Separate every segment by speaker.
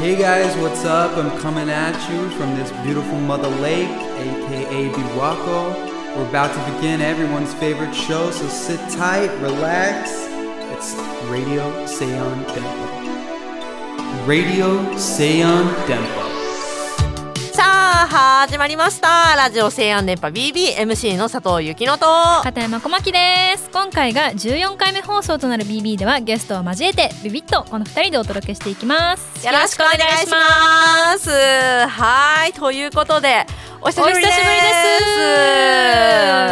Speaker 1: Hey guys, what's up? I'm coming at you from this beautiful mother lake, aka Biwako. We're about to begin everyone's favorite show, so sit tight, relax. It's Radio Seon Dempo. Radio Seon Dempo.
Speaker 2: さあ始まりましたラジオ西安電波 BBMC の佐藤幸乃と
Speaker 3: 片山小牧です今回が14回目放送となる BB ではゲストを交えてビビッとこの2人でお届けしていきます
Speaker 2: よろしくお願いしますはいということでお久
Speaker 3: お
Speaker 2: し
Speaker 3: 久
Speaker 2: ぶ
Speaker 3: しぶ
Speaker 2: り
Speaker 3: り
Speaker 2: で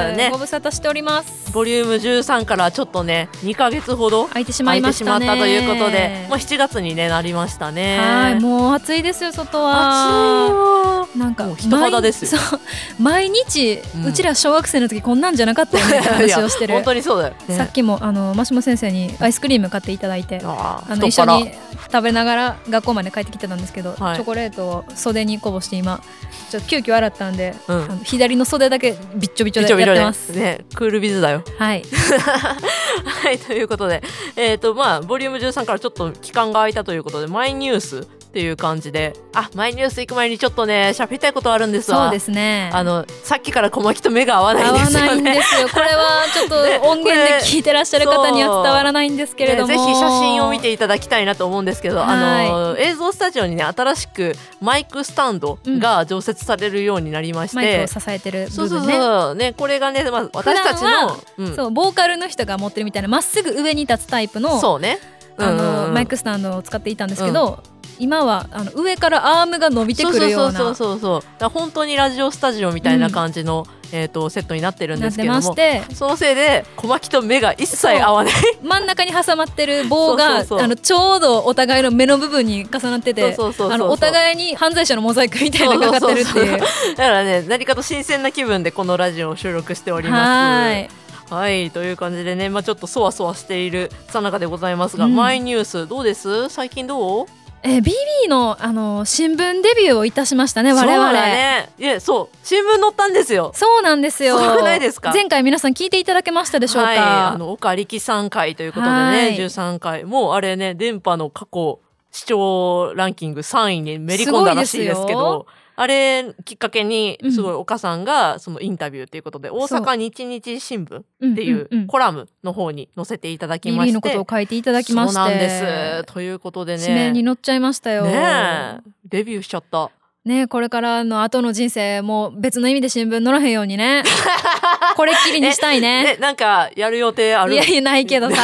Speaker 3: です
Speaker 2: ね
Speaker 3: ご無沙汰しております
Speaker 2: ボリューム13からちょっとね2ヶ月ほど
Speaker 3: 空いてしま
Speaker 2: 空
Speaker 3: い
Speaker 2: いて
Speaker 3: ま
Speaker 2: し
Speaker 3: し
Speaker 2: ま
Speaker 3: た
Speaker 2: っ
Speaker 3: ね
Speaker 2: たということでもう7月にねなりましたね
Speaker 3: はいもう暑いですよ外は
Speaker 2: 暑いよ
Speaker 3: なんか
Speaker 2: もう人肌ですよ
Speaker 3: 毎そう毎日、
Speaker 2: う
Speaker 3: うんちら小学生の時こんなんじゃなかったよねって話をし て
Speaker 2: いや
Speaker 3: る
Speaker 2: 本当にそうだよね
Speaker 3: さっきもあのマシモ先生にアイスクリーム買っていただいて
Speaker 2: あー
Speaker 3: あの一
Speaker 2: 太
Speaker 3: 緒
Speaker 2: っ腹
Speaker 3: に食べながら学校まで帰ってきてたんですけど、
Speaker 2: はい
Speaker 3: チョコレートを袖にこぼして今ちょっと急遽洗ったんで、
Speaker 2: うん
Speaker 3: あの左の袖だけびっちょびちょ
Speaker 2: び
Speaker 3: で
Speaker 2: ちょびち
Speaker 3: や
Speaker 2: ょ
Speaker 3: って
Speaker 2: で
Speaker 3: ます。
Speaker 2: ねクールビズだよ
Speaker 3: はい、
Speaker 2: はい、ということで、えっ、と、まあ、ボリューム13からちょっと期間が空いたということで、マイニュースっていう感じで、あ、マイニュース行く前にちょっとね、喋りたいことあるんですわ。。
Speaker 3: そうですすね。
Speaker 2: あの、さっきから小牧と目が合わない
Speaker 3: 合
Speaker 2: んで
Speaker 3: わ
Speaker 2: す
Speaker 3: な
Speaker 2: よ
Speaker 3: いん
Speaker 2: ね。
Speaker 3: ですよ。これはちょっと音
Speaker 2: ね
Speaker 3: 源
Speaker 2: これ
Speaker 3: で聞いてらっしゃる方には伝わらないんですけれども、
Speaker 2: ねぜひ写真を見ていただきたいなと思うんですけど、あの映像スタジオにね新しくマイクスタンドが常設されるようになりまして、
Speaker 3: マイクを支えてる
Speaker 2: そうそ
Speaker 3: 部
Speaker 2: う
Speaker 3: 分ね。
Speaker 2: そうねこれがね、まあ、私たち
Speaker 3: 普段は
Speaker 2: の、うん
Speaker 3: そうボーカルの人が持ってるみたいなまっすぐ上に立つタイプの
Speaker 2: そうね、
Speaker 3: あ
Speaker 2: うんうんう
Speaker 3: の
Speaker 2: ん
Speaker 3: マイクスタンドを使っていたんですけど、今はあの上からアームが伸びてくるような
Speaker 2: そうそうそうそうそうだから本当にラジオスタジオみたいな感じの、えー、とセットになってるん
Speaker 3: な
Speaker 2: で
Speaker 3: っ
Speaker 2: すけ
Speaker 3: て
Speaker 2: ど
Speaker 3: まし
Speaker 2: も
Speaker 3: て
Speaker 2: そのせいで小牧と目が一切合わない
Speaker 3: 真ん中に挟まってる棒
Speaker 2: そう
Speaker 3: が
Speaker 2: そうそう
Speaker 3: あのちょうどお互いの目の部分に重なってて
Speaker 2: そうそうそうそう
Speaker 3: あのお互いに犯罪者のモザイクみたいなのがかかってるって
Speaker 2: そう
Speaker 3: い
Speaker 2: そう
Speaker 3: う
Speaker 2: そうだからね何かと新鮮な気分でこのラジオを収録しております
Speaker 3: はーい
Speaker 2: はいという感じでね、まあ、ちょっとそわそわしているさなかでございますが、
Speaker 3: うん
Speaker 2: マイニュースどうです最近どう
Speaker 3: えー BB のあの新聞デビューをいたしましたね我々
Speaker 2: そうだねいやそう新聞載ったんですよ
Speaker 3: そうなんですよ
Speaker 2: すごくないですか
Speaker 3: 前回皆さん聞いていただけましたでしょうか、
Speaker 2: はい、あの岡力さん回ということで
Speaker 3: は
Speaker 2: ね
Speaker 3: い
Speaker 2: 13回もうあれね電波の過去視聴ランキング3位にめり込ん
Speaker 3: すご
Speaker 2: だ
Speaker 3: い
Speaker 2: ら
Speaker 3: で
Speaker 2: し
Speaker 3: す
Speaker 2: い
Speaker 3: よ
Speaker 2: ですけどあれきっかけに
Speaker 3: うん
Speaker 2: すごい岡さんがそのインタビューということで、大
Speaker 3: そう
Speaker 2: 阪日日新聞っ
Speaker 3: うん
Speaker 2: てい
Speaker 3: ん
Speaker 2: うんコラムの方に載せていただきまして、
Speaker 3: BB のことを書いていただきまして
Speaker 2: そうなんですということでね
Speaker 3: 紙面に載っちゃいましたよ
Speaker 2: ねえデビューしちゃった
Speaker 3: ねこれからの後の人生もう別の意味で新聞載らへんよう にねこれっきりにしたいね
Speaker 2: えなんかやる予定ある
Speaker 3: いやいやない けどさ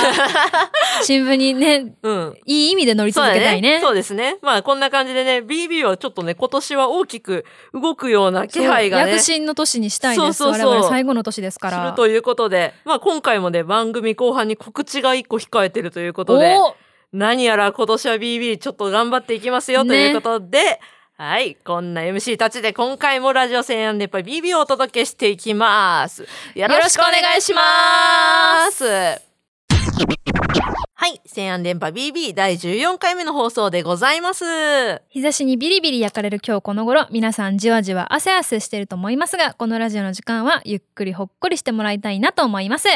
Speaker 3: 新聞にね
Speaker 2: うん
Speaker 3: いい意味で乗り続けたいね
Speaker 2: そうだねそうですね。まあこんな感じでね、BB はちょっとね、今年は大きく動くような気配が
Speaker 3: そう
Speaker 2: ね。
Speaker 3: 躍
Speaker 2: す
Speaker 3: 進の年にしたいです
Speaker 2: そうそうそう
Speaker 3: 我々最後の年ですから
Speaker 2: るということで、まあ今回もね、番組後半に告知が一個控えてるということで、
Speaker 3: お
Speaker 2: 何やら今年は BB ちょっと頑張っていきますよということで、はい。こんな MC たちで今回もラジオ千安でっぱ BB をお届けしていきます。よろしくお願いします。はい。千安電波 BB 第14回目の放送でございます。
Speaker 3: 日差しにビリビリ焼かれる今日この頃皆さんじわじわ汗汗してると思いますがこのラジオの時間はゆっくりほっこりしてもらいたいなと思います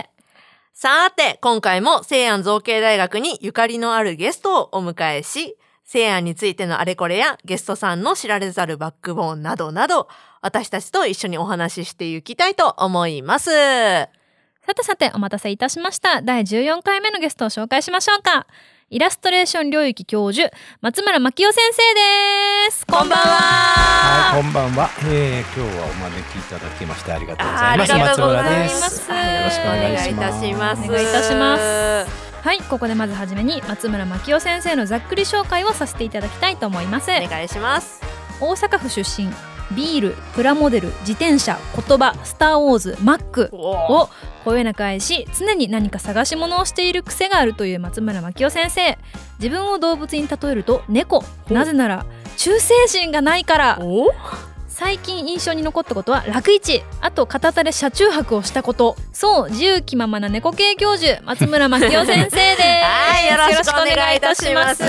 Speaker 2: さて、今回も西安造形大学にゆかりのあるゲストをお迎えし、西安についてのあれこれやゲストさんの知られざるバックボーンなどなど、私たちと一緒にお話ししていきたいと思います。
Speaker 3: さてさてお待たせいたしました第14回目のゲストを紹介しましょうかイラストレーション領域教授松村真紀夫先生ですこんばんは
Speaker 4: はい、こんばんは、えー、今日はお招きいただきましてありがとうございます。
Speaker 2: ありがとうございます
Speaker 4: 松村ですよろしくお願いします。
Speaker 2: お願いいたします。
Speaker 3: お願いいたしまはいここでまずはじめに松村真紀夫先生のざっくり紹介をさせていただきたいと思います
Speaker 2: お願いします。
Speaker 3: 大阪府出身ビールプラモデル自転車言葉スター・ウォーズマック
Speaker 2: お
Speaker 3: をこよなく愛し常に何か探し物をしている癖があるという松村真紀夫先生自分を動物に例えると猫なぜなら忠誠心がないから
Speaker 2: お
Speaker 3: 最近印象に残ったことは楽市あと片手で車中泊をしたことそう自由気ままな猫系教授松村真紀夫先生です
Speaker 2: はい、よろしくお願いいたします。ね
Speaker 3: よろしくお願いいたしま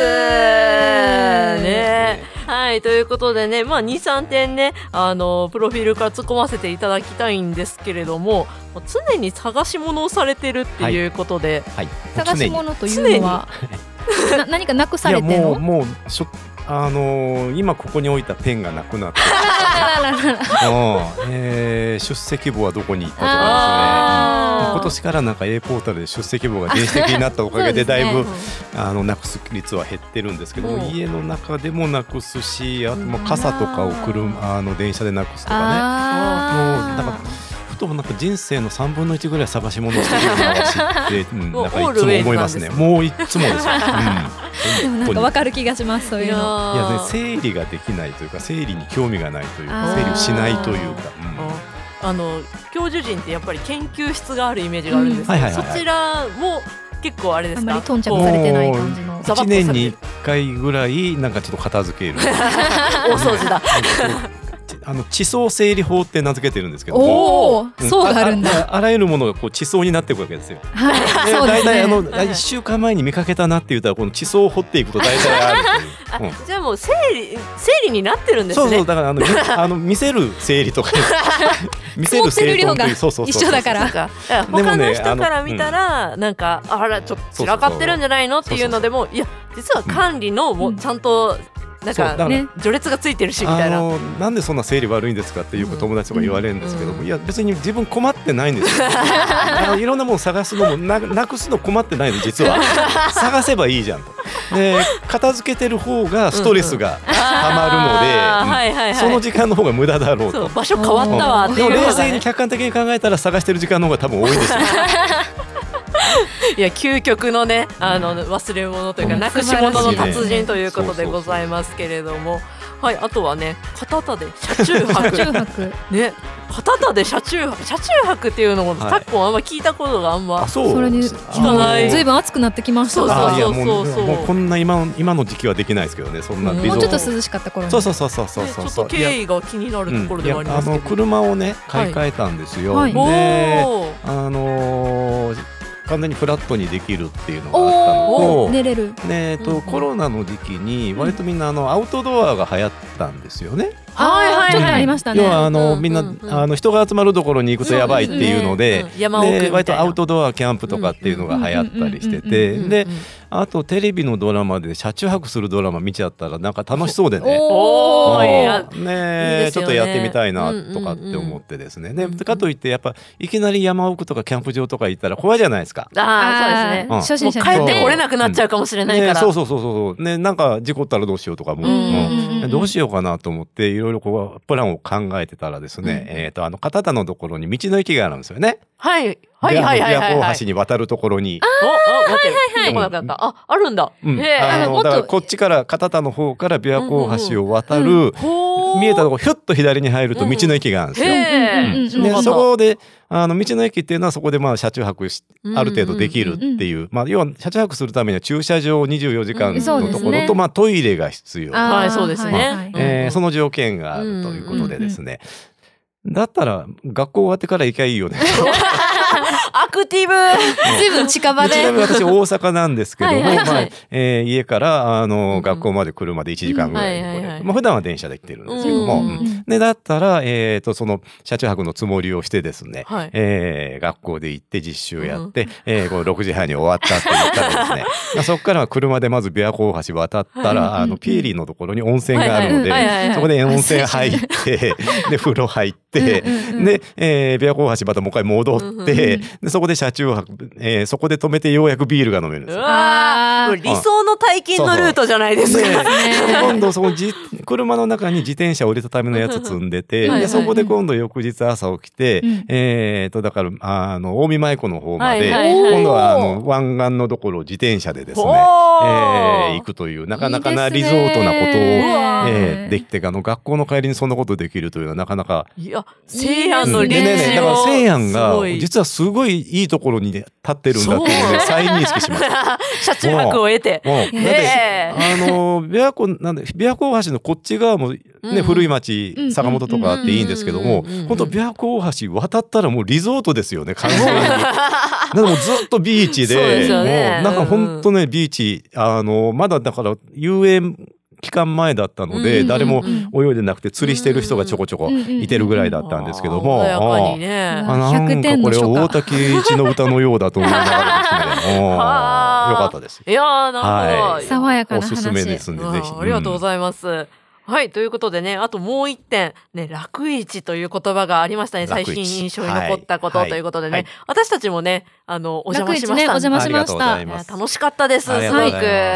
Speaker 3: す
Speaker 2: え。はい、ということでね、まあ、2、3点ね、あの、プロフィールから突っ込ませていただきたいんですけれども、もう常に探し物をされてるっていうことで、
Speaker 4: はい、もう
Speaker 3: 探
Speaker 4: 常
Speaker 3: し
Speaker 4: に
Speaker 3: 物というのは な何かなくされ
Speaker 4: い
Speaker 3: て
Speaker 4: や
Speaker 3: ん
Speaker 4: もう
Speaker 3: の
Speaker 4: もうしょあのー今ここに置いたペンがな くなって
Speaker 3: あらららら
Speaker 4: うんえー出席簿はどこに行ったとかですね
Speaker 3: あー
Speaker 4: 今年からなんか A ポータルで出席簿が電子的になったおかげで
Speaker 3: そう
Speaker 4: だ
Speaker 3: ですね
Speaker 4: いぶ、あのなくす率は減ってるんですけども、
Speaker 2: うん
Speaker 4: 家の中でもなくすしあとま
Speaker 3: う
Speaker 4: あ
Speaker 3: ん
Speaker 4: 傘とかを車あの電車でなくすとかね
Speaker 3: あー
Speaker 4: もうなんかふとなんか人生の3分の1ぐらい探し物をしてるな私って、うん、
Speaker 2: もう
Speaker 4: なんかい
Speaker 2: オール
Speaker 4: つ
Speaker 2: ウェイ
Speaker 4: も
Speaker 2: ズ
Speaker 4: 思いますね
Speaker 2: なん
Speaker 4: もういつもですよ、うん、
Speaker 3: でもなん
Speaker 4: 本
Speaker 3: か
Speaker 4: 当
Speaker 3: わ
Speaker 4: に
Speaker 3: かる気がしますそういうの
Speaker 4: いやね
Speaker 2: ー
Speaker 4: 整理ができないというか整理に興味がないという
Speaker 3: あ
Speaker 4: か
Speaker 3: ー
Speaker 4: 整理をしないというか、うん
Speaker 2: あの教授陣ってやっぱり研究室があるイメージがあるんですけど、
Speaker 4: うんはいはいはい
Speaker 2: そちらも結構あれです
Speaker 3: あ
Speaker 2: か
Speaker 3: んまり頓着
Speaker 2: こう
Speaker 3: されてない感じの
Speaker 2: ざわっとさ
Speaker 4: 1
Speaker 2: れる
Speaker 4: 年に1回ぐらいなんかちょっと片付ける
Speaker 2: 大掃除だ。
Speaker 4: ち あの地層整理法って名付けてるんですけども
Speaker 3: おお
Speaker 4: うん
Speaker 3: そうがあるんだ
Speaker 4: ああ あらゆるものがこう地層になっていくわけですよ。
Speaker 3: はい
Speaker 4: で
Speaker 3: そうで
Speaker 4: 大
Speaker 3: すね
Speaker 4: 体あの1週間前に見かけたなって言ったらこの地層を掘っていくと大体ある
Speaker 2: あ
Speaker 4: といううん
Speaker 2: じゃあもう整理整理になってるんです
Speaker 4: そ
Speaker 2: ね。
Speaker 4: うそうだからあのみ あの見せる整理 とか見せる整理
Speaker 3: 積もってる量が
Speaker 4: そうそうそう
Speaker 3: 一緒だから
Speaker 2: そうかだから他
Speaker 4: でもね
Speaker 2: の人から見たら、なんかあらちょっと散らかってるんじゃないのっていうのでもいや実は管理のも
Speaker 3: う
Speaker 2: うんちゃんとなん
Speaker 4: そうだか
Speaker 2: から
Speaker 3: ね
Speaker 2: 序列がついてるしみたい
Speaker 4: あ
Speaker 2: な。
Speaker 4: のなんでそんな生理悪いんですかってよく友達とか言われるんですけども、
Speaker 2: うん
Speaker 4: いや別に自分困ってないんです よあのいろんなもの探すのもななくすの困ってないの 実は探せばいいじゃんとで片付けてる方がストレスが溜
Speaker 2: あー
Speaker 4: ま
Speaker 2: は
Speaker 4: るの
Speaker 2: い
Speaker 4: で、
Speaker 2: はいはい。
Speaker 4: その時間の方が無駄だろう
Speaker 2: そ
Speaker 4: と
Speaker 2: う場所変わったわって
Speaker 4: で
Speaker 2: い
Speaker 4: も
Speaker 2: う
Speaker 4: 冷
Speaker 2: のが
Speaker 4: 静
Speaker 2: ね
Speaker 4: に客観的に考えたら探してる時間の方が多分多いんですよ
Speaker 2: いや究極のねあの忘れ物というか
Speaker 4: うん
Speaker 2: なくし物の
Speaker 4: 素晴らしいね
Speaker 2: 達人ということで
Speaker 4: そうそうそう
Speaker 2: ございますけれども、はいあとはね片手で車中
Speaker 3: 中
Speaker 2: 泊
Speaker 3: 泊
Speaker 2: ね片手で車中泊車中泊っていうのも、
Speaker 4: はい
Speaker 2: 昨今あんま聞いたことがあんま
Speaker 4: あそう
Speaker 3: それに
Speaker 2: 聞かない
Speaker 4: あー
Speaker 3: ずいぶん暑くなってきました
Speaker 2: そうそう
Speaker 4: あ
Speaker 3: が
Speaker 4: ーいやもう
Speaker 2: そうそうそう
Speaker 4: もうこんな今の今の時期はできないですけどねそんな
Speaker 2: うん
Speaker 4: 微
Speaker 3: も
Speaker 4: 増
Speaker 3: うちょっと涼しかった頃に
Speaker 4: そうそうそうそうそうそう
Speaker 2: ちょっと経緯が気になるところではあります
Speaker 4: いや
Speaker 2: け
Speaker 4: あの
Speaker 2: ど、
Speaker 4: 車をね買い替えたんですよ、
Speaker 3: はい
Speaker 4: で、
Speaker 2: おー
Speaker 4: あのー完全にフラットにできるっていうのがあった
Speaker 3: お
Speaker 4: の
Speaker 3: お
Speaker 4: と、
Speaker 3: 寝れる
Speaker 4: ねえー
Speaker 2: うんう
Speaker 4: と
Speaker 2: ん
Speaker 4: コロナの時期に割とみんなあのアウトドアが流行ったんですよね。
Speaker 2: はいはいはい
Speaker 3: ちょっとありましたね
Speaker 4: 要はあ
Speaker 2: うんうん
Speaker 4: の、
Speaker 2: うん
Speaker 4: みんなあの人が集まるところに行くとやばいっていうので。
Speaker 2: んんん山奥みたい
Speaker 4: で
Speaker 2: な
Speaker 4: 割とアウトドアキャンプとかっていうのが流行ったりして
Speaker 3: う
Speaker 4: て
Speaker 2: うんうん
Speaker 4: であとテレビのドラマで車中泊するドラマ見ちゃったらなんか楽しそうでね
Speaker 2: お
Speaker 3: おお
Speaker 2: ーい
Speaker 3: ー
Speaker 2: やいい
Speaker 4: ね
Speaker 2: で
Speaker 4: え
Speaker 2: す
Speaker 4: ち
Speaker 2: よ
Speaker 4: ょ
Speaker 2: ね
Speaker 4: っとやってみたいなとかって思ってですね。でかといってやっぱいきなり山奥とかキャンプ場とか行ったら怖いじゃないですか。
Speaker 2: ああそうですね
Speaker 4: うん
Speaker 3: 初
Speaker 2: もう帰
Speaker 3: 心者にと
Speaker 2: ってこれ
Speaker 4: い
Speaker 2: なくなっちゃうかもしれないから、
Speaker 4: ね、そうそうそうそうねなんか事故ったらどうしようとかも、
Speaker 2: うん
Speaker 4: うんどうしようかなと思っていろいろこうプランを考えてたらですね、えっ、とあの片田のところに道の駅があるんですよね。
Speaker 2: はいはいはいはいはい
Speaker 4: 琵琶湖
Speaker 2: はい
Speaker 4: 大橋に渡るところに、
Speaker 2: お、お、待って、はいはいはい、あ、あるんだ。
Speaker 4: うん
Speaker 2: へえ
Speaker 4: あ
Speaker 3: もっと
Speaker 4: のだからこっちから片田の方から琵琶湖大橋を渡る、
Speaker 2: ほー
Speaker 4: 見えたとこひょっと左に入ると道の駅があるんです
Speaker 2: へ
Speaker 4: よ。
Speaker 3: うんうんうん
Speaker 2: え、
Speaker 3: うん
Speaker 2: 知らな
Speaker 4: で
Speaker 2: かった
Speaker 4: そこであの道の駅っていうのはそこでまあ車中泊し
Speaker 2: うん
Speaker 4: ある程度できるっていう、まあ、要は車中泊するためには駐車場24時間
Speaker 2: うん
Speaker 4: の
Speaker 2: そうですね
Speaker 4: ところと、まあ、トイレが必要、
Speaker 3: あー
Speaker 2: はいそうですね
Speaker 3: はいはい
Speaker 2: うん
Speaker 4: えーその条件があるということでですね、だったら学校終わってから行きゃい いよね。
Speaker 2: アクティブ。
Speaker 3: ずいぶん近場
Speaker 4: ちなみに
Speaker 3: で
Speaker 4: 私大阪なんですけども、
Speaker 3: はいはいはい
Speaker 4: まあえー家からあ
Speaker 2: うんう
Speaker 4: の
Speaker 2: ん
Speaker 4: 学校まで車で1時間ぐらいのとこ
Speaker 2: うんはいはいは
Speaker 4: ろ
Speaker 2: い
Speaker 4: で、まあ普段は電車で来てるんですけども、
Speaker 2: うん
Speaker 4: うんでだったら、えー、とその車中泊のつもりをしてですね、
Speaker 2: はい。
Speaker 4: えー学校で行って実習やって、えーこう6時半に終わったって言った らですねまあそこからは車でまず琵琶湖大橋渡ったら、
Speaker 3: はい
Speaker 4: あのピエリのところに温泉があるので、
Speaker 2: はいはいはいはい
Speaker 4: そこで温泉入って で風呂入って。で、えー、琵琶湖大橋またもう一回戻って、
Speaker 2: うんうん
Speaker 4: でそこで車中泊、えーそこで止めてようやくビールが飲めるんです
Speaker 2: う
Speaker 4: よ。
Speaker 2: わー
Speaker 3: あー
Speaker 2: 理想の体験のルートじゃないですか。
Speaker 4: で
Speaker 3: ね
Speaker 4: 今度そのじ車の中に自転車折りたたみのやつ積んでて
Speaker 2: はいはい
Speaker 4: でそこで今度翌日朝起きて、
Speaker 3: うん
Speaker 4: えー、とだからあの近江舞子の方まで、
Speaker 2: はいはいはい
Speaker 4: 今度はあの湾岸のところを自転車でですね、
Speaker 2: おー
Speaker 4: えー行くというなかなかない
Speaker 3: い
Speaker 4: リ
Speaker 3: で
Speaker 4: ゾ
Speaker 3: すね
Speaker 4: ートなことを
Speaker 2: うわ
Speaker 4: えーできてあの学校の帰りにそんなことできるというのはなかなか。
Speaker 2: いや、西安の
Speaker 4: で
Speaker 2: 歴
Speaker 4: ねね
Speaker 2: 史
Speaker 4: だから
Speaker 2: を。
Speaker 4: 西安
Speaker 2: す
Speaker 4: が
Speaker 2: ごい
Speaker 4: 実はすごいいいところにね立ってるんだっていうの
Speaker 2: そう
Speaker 4: で再認 識しました。
Speaker 2: 車中泊を得て。
Speaker 4: もうだって
Speaker 2: へ
Speaker 4: あの琵琶湖なんで琵琶湖大橋のこっち側もね、
Speaker 2: うん
Speaker 4: 古い町坂本とかあっていいんですけども、
Speaker 2: うんうんうんうん
Speaker 4: 本当琵琶湖大橋渡ったらもうリゾートです よね完全に。なんでもうずっとビーチ
Speaker 2: そうで
Speaker 4: です
Speaker 2: よね
Speaker 4: もうなんか本当ねビーチあのまだだから遊泳期間前だったので、
Speaker 3: うん
Speaker 4: 誰も
Speaker 2: うんうん
Speaker 4: 泳いでなくて釣りしてる人がちょこちょこいてるぐらいだったんですけども、
Speaker 2: あー穏やかにね
Speaker 3: あ
Speaker 4: あなん
Speaker 3: 100
Speaker 4: か
Speaker 3: 点の
Speaker 4: これ
Speaker 3: 書か
Speaker 4: 大滝一の歌のようだと思いながらですねうんよ
Speaker 2: は あ
Speaker 4: かったです
Speaker 2: いやーなるほど、
Speaker 4: はい
Speaker 3: 爽やか
Speaker 4: お
Speaker 3: な話
Speaker 4: すすめですんで
Speaker 2: うん
Speaker 4: ぜひ
Speaker 2: ありがとうございます。はい。ということでね、あともう一点、ね、楽市という言葉がありましたね。最
Speaker 4: 楽市
Speaker 2: 新印象に残ったこと、
Speaker 4: はい
Speaker 2: ということでね、
Speaker 4: はい
Speaker 2: 私たちもね、あの、お邪魔しましたんで。
Speaker 3: 楽市ねお邪魔しました
Speaker 4: ありがとうございます
Speaker 2: いや楽しかったです、す
Speaker 4: あり
Speaker 2: ご
Speaker 4: がとうござい
Speaker 2: く
Speaker 4: ます。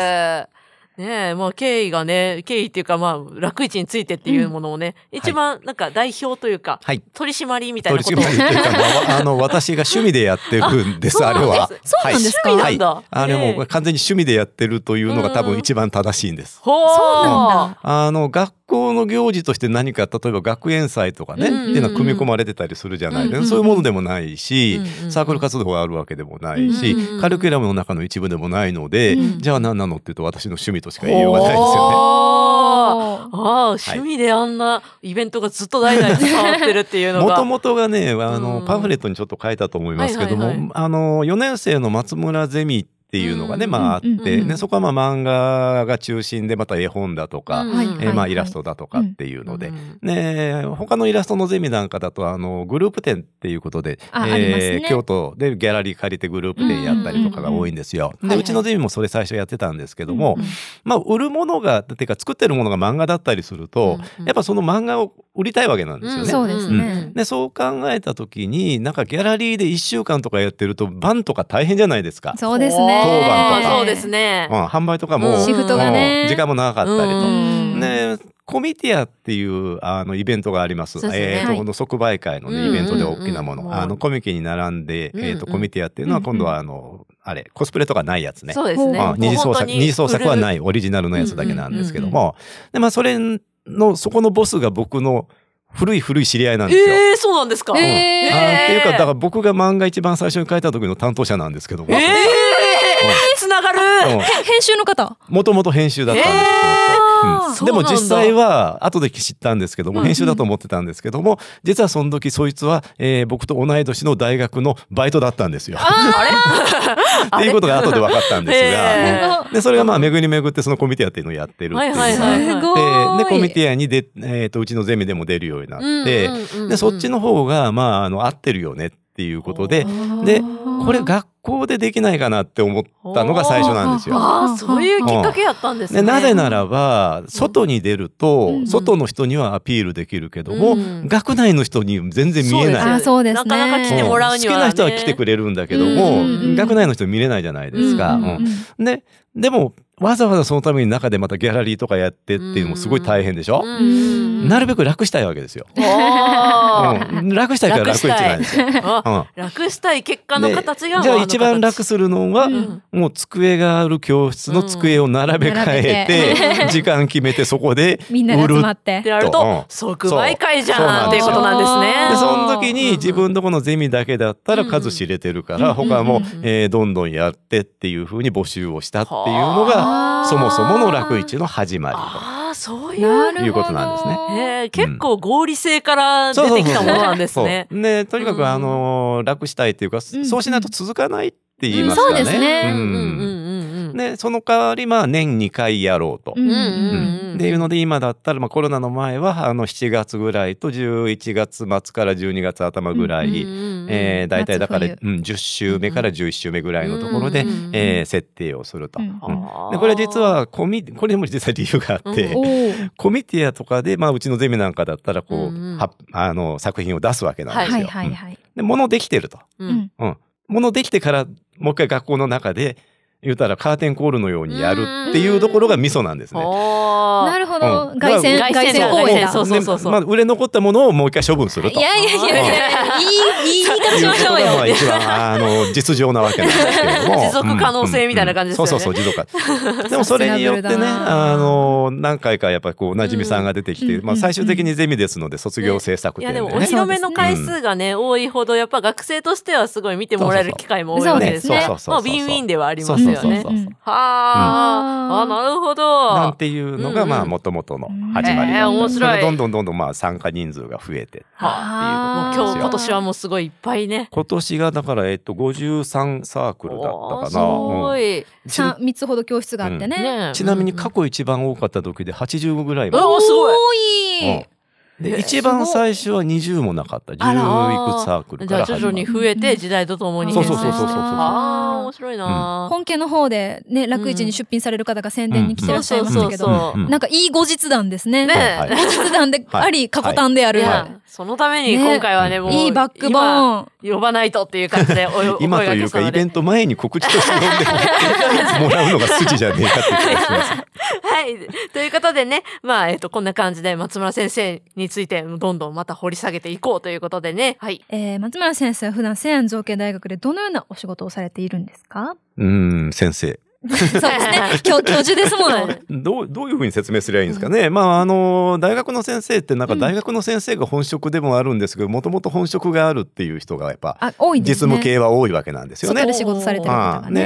Speaker 2: ねえ、まあ経緯がね、経緯っていうかまあ楽市についてっていうものをね、一番なんか代表というか、
Speaker 4: はい
Speaker 2: 取締りみたい
Speaker 4: 取
Speaker 2: なこ
Speaker 4: り仕
Speaker 2: と
Speaker 4: 切
Speaker 2: を。
Speaker 4: りっていうか まああの私が趣味でやってるんです
Speaker 2: あ
Speaker 4: あれは
Speaker 2: そうなんで
Speaker 3: そうなんですか
Speaker 2: 趣
Speaker 4: は
Speaker 2: 味なん
Speaker 4: い、
Speaker 2: だ
Speaker 4: はいあれ
Speaker 2: ねえ
Speaker 4: もう完全に趣味でやってるというのが多分一番正しいんです。
Speaker 2: ほ
Speaker 3: そうなんだ
Speaker 4: あの学校の行事として何か例えば学園祭とかね、
Speaker 2: うんうんうん
Speaker 4: っていうのは組み込まれてたりするじゃないですか、
Speaker 3: うんうん
Speaker 4: そういうものでもないし、
Speaker 2: うんうん
Speaker 4: サークル活動があるわけでもないし、
Speaker 2: うんうん
Speaker 4: カリキュラムの中の一部でもないので、
Speaker 3: うん
Speaker 4: じゃあ何なのっていうと私の趣味としか言いようがないですよね。
Speaker 2: おー
Speaker 3: おー
Speaker 2: ああ、趣味であんなイベントがずっと代々伝わってるっていうの
Speaker 4: も
Speaker 2: が。
Speaker 4: ともとがね、あの、
Speaker 2: うん
Speaker 4: パンフレットにちょっと書いたと思いますけども、
Speaker 2: はいはいはい
Speaker 4: あの、4年生の松村ゼミっていうのがね、
Speaker 2: うん
Speaker 4: まああって、
Speaker 3: うんうん
Speaker 2: うん
Speaker 4: ね、そこはまあ漫画が中心で、また絵本だとか、
Speaker 2: うん
Speaker 3: はい
Speaker 2: うん
Speaker 4: えーま
Speaker 3: は
Speaker 4: あ
Speaker 3: い
Speaker 4: イラストだとかっていうので、
Speaker 2: うん
Speaker 4: ねえ、他のイラストのゼミなんかだとあのグループ展っていうことで、
Speaker 3: あありますね
Speaker 4: 京都でギャラリー借りてグループ展やったりとかが多いんです
Speaker 2: ん
Speaker 4: よ。
Speaker 2: うんうん
Speaker 4: で
Speaker 2: はいう
Speaker 4: ちのゼミもそれ最初やってたんですけども、
Speaker 3: うんうん
Speaker 4: まあ売るものがっていうか作ってるものが漫画だったりすると、
Speaker 2: うんうん
Speaker 4: やっぱその漫画を売りたいわけなんですよね。
Speaker 3: そうですね
Speaker 4: でそう考えた時になんかギャラリーで1週間とかやってるとバンとか大変じゃないですか。
Speaker 3: そうですね
Speaker 4: 当番とか
Speaker 2: そうですね。
Speaker 4: うん、販売とかも、
Speaker 2: シフトが
Speaker 3: ね
Speaker 4: うん時間も長かったりと
Speaker 2: う
Speaker 4: か
Speaker 2: ん
Speaker 4: ね、コミティアっていうあのイベントがあります。
Speaker 2: そうですね
Speaker 4: えーと
Speaker 3: はい
Speaker 4: この即売会の、ね
Speaker 2: うん
Speaker 4: イベントで大きなもの、
Speaker 2: うんうん
Speaker 4: あのコミケに並んで、
Speaker 2: うん
Speaker 4: えー、とコミティアっていうのは今度はあの、あれコスプレとかないやつね。
Speaker 2: そうですね。
Speaker 3: うん
Speaker 4: あ。二次創作二次創作はいないオリジナルのやつだけなんですけども、でまあそれのそこのボスが僕の古い古い知り合いなんですよ。
Speaker 2: ええ、そうなんですか。え
Speaker 3: え
Speaker 4: あーっていうかだか
Speaker 2: え
Speaker 4: ら僕が漫画一番最初に書いた時の担当者なんですけども
Speaker 2: え、つながる。
Speaker 3: ー編集の方
Speaker 4: もともと編集だったんですよ。
Speaker 2: あー
Speaker 4: うん
Speaker 2: そう
Speaker 4: で
Speaker 2: な
Speaker 4: も
Speaker 2: んだ
Speaker 4: 実際は後で知ったんですけども編集だと思ってたんですけども実はその時そいつは、えー僕と同い年の大学のバイトだったんですよ。 っていうことが後で分かったんです
Speaker 2: へ
Speaker 4: が、
Speaker 2: ー
Speaker 4: うんでそれがまあ巡り巡ってそのコミティアっていうのをやってるって
Speaker 2: はいいう
Speaker 4: の
Speaker 2: はい
Speaker 4: が
Speaker 2: は
Speaker 4: あっ
Speaker 2: い。
Speaker 3: すごい
Speaker 4: てでコミティアにで、えー、とうちのゼミでも出るようになって、でそっち
Speaker 2: の
Speaker 4: の方がまああの合ってるよねっていうことででこれ学校でできないかなって思ったのが最初なんですよ。
Speaker 2: ああ、そういうきっかけやったんですね。
Speaker 4: でなぜならば外に出ると、
Speaker 3: うん
Speaker 4: 外の人にはアピールできるけども、
Speaker 2: うん
Speaker 4: 学内の人に全然見え
Speaker 2: ですよ
Speaker 4: ない。
Speaker 3: あそうですね
Speaker 2: なかなか来てもらうにはね。
Speaker 4: 好きな人は来てくれるんだけども、
Speaker 3: うんうん
Speaker 4: 学内の人見れないじゃないですか。
Speaker 2: うん
Speaker 4: うんででもわざわざそのために中でまたギャラリーとかやってっていうのもすごい大変でしょ、
Speaker 2: うん
Speaker 4: なるべく楽したいわけですよ。
Speaker 2: おー
Speaker 4: うん楽したいから楽市ないんですよ。
Speaker 2: あ
Speaker 4: うん
Speaker 2: 楽したい結果の
Speaker 4: で
Speaker 2: 形が
Speaker 4: じ
Speaker 2: も
Speaker 4: ゃあ
Speaker 2: うの
Speaker 4: 一番楽
Speaker 2: 形
Speaker 4: するのは、
Speaker 2: うん
Speaker 4: もう机がある教室の机を並べ替え
Speaker 3: うん並
Speaker 4: て、時間決めてそこで
Speaker 3: みんな
Speaker 4: 売
Speaker 3: が集
Speaker 4: る
Speaker 3: まって
Speaker 2: ってやる
Speaker 4: う
Speaker 2: と
Speaker 4: ん
Speaker 2: 即売会じ
Speaker 4: そう
Speaker 2: ゃん
Speaker 4: なん
Speaker 2: っていう
Speaker 4: です
Speaker 2: こ
Speaker 4: よ
Speaker 2: となんです
Speaker 4: で
Speaker 2: ね。
Speaker 4: その時
Speaker 2: うんうん
Speaker 4: に自分のこのゼミだけだったら数知れてるから、
Speaker 3: うんうん
Speaker 4: 他も
Speaker 2: うんうん、うん
Speaker 4: えーどんどんやってっていうふうに募集をしたっていうのが
Speaker 2: はあ
Speaker 4: そもそもの楽市の始まりと。
Speaker 2: ああそういう
Speaker 3: なるほど
Speaker 4: いうことなんですね
Speaker 2: えー結構合理性から出てきたものなんですね。
Speaker 4: そうねとにか
Speaker 2: うん
Speaker 4: くあの楽したいっていうか、
Speaker 3: うん
Speaker 4: そうしないと続かないって言い
Speaker 2: ん
Speaker 4: ますかね。
Speaker 3: うんそうですね
Speaker 2: うん
Speaker 4: う
Speaker 2: うん
Speaker 4: ん
Speaker 2: うんうん。
Speaker 4: ね、その代わりまあ年2回やろうと。
Speaker 3: うん
Speaker 2: うん
Speaker 4: うんっていうので今だったら、まあ、コロナの前はあの7月ぐらいと11月末から12月頭ぐらい、えー、大体だから、う
Speaker 3: 夏
Speaker 4: ん、10週目から11週目ぐらいのところで、
Speaker 2: うんうんうん
Speaker 4: えー設定をすると。
Speaker 3: う
Speaker 4: うんんでこれ実はコミこれも実際理由があって、
Speaker 2: う
Speaker 3: おー
Speaker 4: コミティアとかで、まあ、うちのゼミなんかだったらこう、
Speaker 2: うんうん
Speaker 4: はあの作品を出すわけなんです
Speaker 3: はい
Speaker 4: よ。
Speaker 3: はいはい
Speaker 4: うんで物できてると。
Speaker 2: う
Speaker 3: うん
Speaker 2: ん
Speaker 4: うん、物できてからもう一回学校の中で言うたらカーテンコールのようにやるっていうところがミソなんですね。
Speaker 2: お
Speaker 3: な
Speaker 2: ー
Speaker 3: るほど
Speaker 4: うん
Speaker 3: 凱旋
Speaker 4: だ
Speaker 3: 凱
Speaker 2: から
Speaker 3: 旋公演だ
Speaker 2: そうそうそうそう
Speaker 4: でまあ、売れ残ったものをもう一回処分すると。
Speaker 3: いやいやいやいいいい言い方しましょう
Speaker 4: いうことがまあ
Speaker 3: よ
Speaker 4: 一番あの実情なわけなんですけれども
Speaker 2: 持続可能性みたいな感じですよね
Speaker 4: うんうんそうそうそう持続可能でもそれによって
Speaker 3: さす
Speaker 4: ね
Speaker 3: がだな
Speaker 4: あの何回かやっぱりこうなじみさんが出てきて、
Speaker 3: うん
Speaker 4: ま
Speaker 3: う
Speaker 4: あ、
Speaker 3: ん
Speaker 4: 最終的にゼミですので卒業制作
Speaker 2: い
Speaker 4: 展
Speaker 2: や
Speaker 4: で
Speaker 2: でもお
Speaker 4: ね
Speaker 2: 披。露目の回数がね多いほどやっぱ学生としてはすごい見てもらえる機会も多いわけです
Speaker 4: そう
Speaker 2: ね
Speaker 4: そう。そう
Speaker 2: まあウィンウィンではあり
Speaker 4: そ
Speaker 2: ま
Speaker 4: う
Speaker 2: す
Speaker 4: そう
Speaker 2: よよね。
Speaker 4: そうそうそう
Speaker 2: はあ、あ、
Speaker 3: うん
Speaker 2: なるほ
Speaker 4: なん
Speaker 2: ど。
Speaker 4: ていうの
Speaker 2: うんう
Speaker 4: が
Speaker 2: ん
Speaker 4: まあもともとの始まり
Speaker 3: へー
Speaker 4: だった
Speaker 3: 面
Speaker 4: それ
Speaker 2: 白い
Speaker 4: がどんどんどんどんまあ参加人数が増えてって
Speaker 3: あ
Speaker 2: もう
Speaker 3: ー
Speaker 2: 今日、
Speaker 4: いうことなん
Speaker 2: 今
Speaker 4: ですよ
Speaker 2: 年はもうすごいいっぱいね。
Speaker 4: 今年がだからえっと53サークルだったかな
Speaker 2: おーすご
Speaker 4: うん
Speaker 2: い。
Speaker 4: ち
Speaker 3: さ三つほど教室があってね。
Speaker 2: ねえ
Speaker 4: ちなみに過去一番多かった時で85ぐらいま
Speaker 2: う
Speaker 4: で
Speaker 2: わおすごい
Speaker 3: 多い。
Speaker 4: うん
Speaker 2: え
Speaker 4: で
Speaker 2: ー
Speaker 4: 一番最初は20もなかった
Speaker 2: あら
Speaker 4: 10いくつサーク
Speaker 2: じ
Speaker 4: ルか
Speaker 2: ゃあ
Speaker 4: ら
Speaker 2: 徐
Speaker 4: 始
Speaker 2: 々
Speaker 4: ま
Speaker 2: に
Speaker 4: る
Speaker 2: 増え
Speaker 3: う
Speaker 2: て
Speaker 3: ん
Speaker 2: 時代とともに
Speaker 4: そう
Speaker 2: 変化
Speaker 4: そうそうそうそう
Speaker 2: してああ面白いな
Speaker 3: 本家の方でね楽市に出品される方が宣伝に来てらっしゃいましたけ
Speaker 2: うんうん
Speaker 3: ど、
Speaker 2: そう
Speaker 4: うんうん
Speaker 3: なんかいい後日談ですね。
Speaker 2: ね
Speaker 4: は い
Speaker 3: 後日談であり過去談であ
Speaker 2: い
Speaker 3: る。
Speaker 2: やそのために今回はね
Speaker 4: ね
Speaker 2: もう
Speaker 3: いいバックボ
Speaker 2: 今
Speaker 3: ーン。
Speaker 2: 呼ばないとっていう感じでおお
Speaker 4: 今というかイベン
Speaker 2: ト
Speaker 4: ト前に告知として呼んでもらうのが筋じゃねえかって気がします。
Speaker 2: はいということでねまあえっとこんな感じで松村先生についてどんどんまた掘り下げていこうということでねはい
Speaker 3: えー、松村先生は普段西安造形大学でどのようなお仕事をされているんですか
Speaker 4: うん先生
Speaker 3: そう ですね教教授ですもの、
Speaker 4: どうどういうふうに説明すればいいんですかね、まああの大学の先生ってなんか大学の先生が本職でもあるんですけどもともと本職があるっていう人がやっぱ
Speaker 3: あ多いで
Speaker 4: 実
Speaker 3: すね
Speaker 4: 務系は多いわけなんですよね
Speaker 3: 外。で仕事されてる方
Speaker 4: あ
Speaker 3: が
Speaker 4: あ
Speaker 3: ね
Speaker 4: ね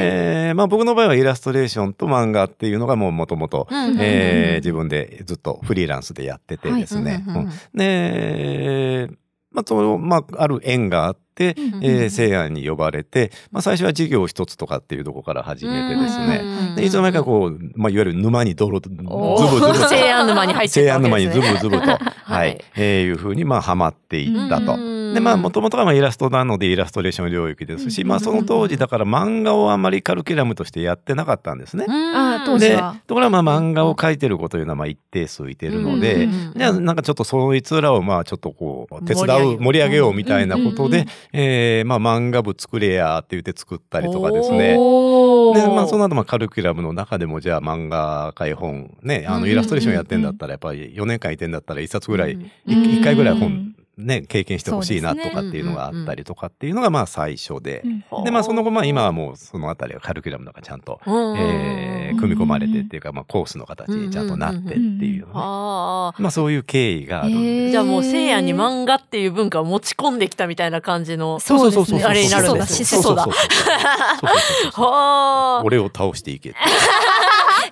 Speaker 4: えまあ、僕の場合はイラストレーションと漫画っていうのがもうもともと
Speaker 2: うんうんうん
Speaker 4: えー自分でずっとフリーランスでやっててですね。
Speaker 2: うんうんうん
Speaker 4: うんで、まあ、その、まあ、ある縁があって、
Speaker 3: うんうん
Speaker 4: えー、西安に呼ばれて、まあ、最初は事業一つとかっていうところから始めてです
Speaker 3: う
Speaker 4: ね。
Speaker 3: ん
Speaker 4: で、いつの間にかこう、まあ、いわゆる沼に泥、ズブズ
Speaker 3: おー
Speaker 4: ブと。
Speaker 2: 西安沼に入ってっ
Speaker 4: 西
Speaker 2: たわ
Speaker 4: 安
Speaker 2: け
Speaker 4: 沼
Speaker 2: ですね
Speaker 4: にズブズブと、はいい、えーいうふうに、まあ、ハマっていった
Speaker 2: う
Speaker 4: と。
Speaker 2: ん
Speaker 4: でまあもともとがまあイラストなのでイラストレーション領域ですし、
Speaker 3: うん
Speaker 4: まあその当時だから漫画をあんまりカルキュラムとしてやってなかったんですね。
Speaker 2: うん
Speaker 3: ああ当時
Speaker 4: で
Speaker 3: は
Speaker 4: ところがまあ漫画を描いてることというのはまあ一定数いてるので、
Speaker 2: うんうんうん
Speaker 4: じゃあなんかちょっとそいつらをまあちょっとこう手伝
Speaker 2: 盛り上げよ
Speaker 4: う
Speaker 2: う
Speaker 4: 盛り上げようみたいなこと
Speaker 3: うんう
Speaker 4: で
Speaker 3: ん、
Speaker 4: えーまあ漫画部作れやって言って作ったりとかですね。
Speaker 2: おー
Speaker 4: でまあ、その後まあカルキュラムの中でもじゃあ漫画絵本ねあ
Speaker 3: うんうんう
Speaker 4: の
Speaker 3: ん
Speaker 4: イラストレーションやってんだったらやっぱり4年間いてんだったら1冊ぐらい
Speaker 2: うん
Speaker 3: うん
Speaker 4: 1回ぐらい
Speaker 3: うん
Speaker 4: 本ね経験してほしいなとかっていうのがあったりとかっていうのがまあ最初で
Speaker 3: うん
Speaker 4: でまあその後まあ今はもうそのあたりはカルキュラムの中ちゃんと
Speaker 2: うん
Speaker 4: え
Speaker 3: うん
Speaker 4: ー組み込まれてっていうかまあコースの形にちゃんとなってっていうね
Speaker 2: あ
Speaker 4: まあそういう経緯があるん
Speaker 3: へ
Speaker 4: で
Speaker 2: あ
Speaker 3: ー
Speaker 2: じゃあもう聖夜に漫画っていう文化を持ち込んできたみたいな感じの
Speaker 3: そうですね
Speaker 2: あれになるんですす
Speaker 4: そう
Speaker 2: 思想だ
Speaker 4: そうそうそうそう
Speaker 2: はあ
Speaker 4: 俺を倒していけって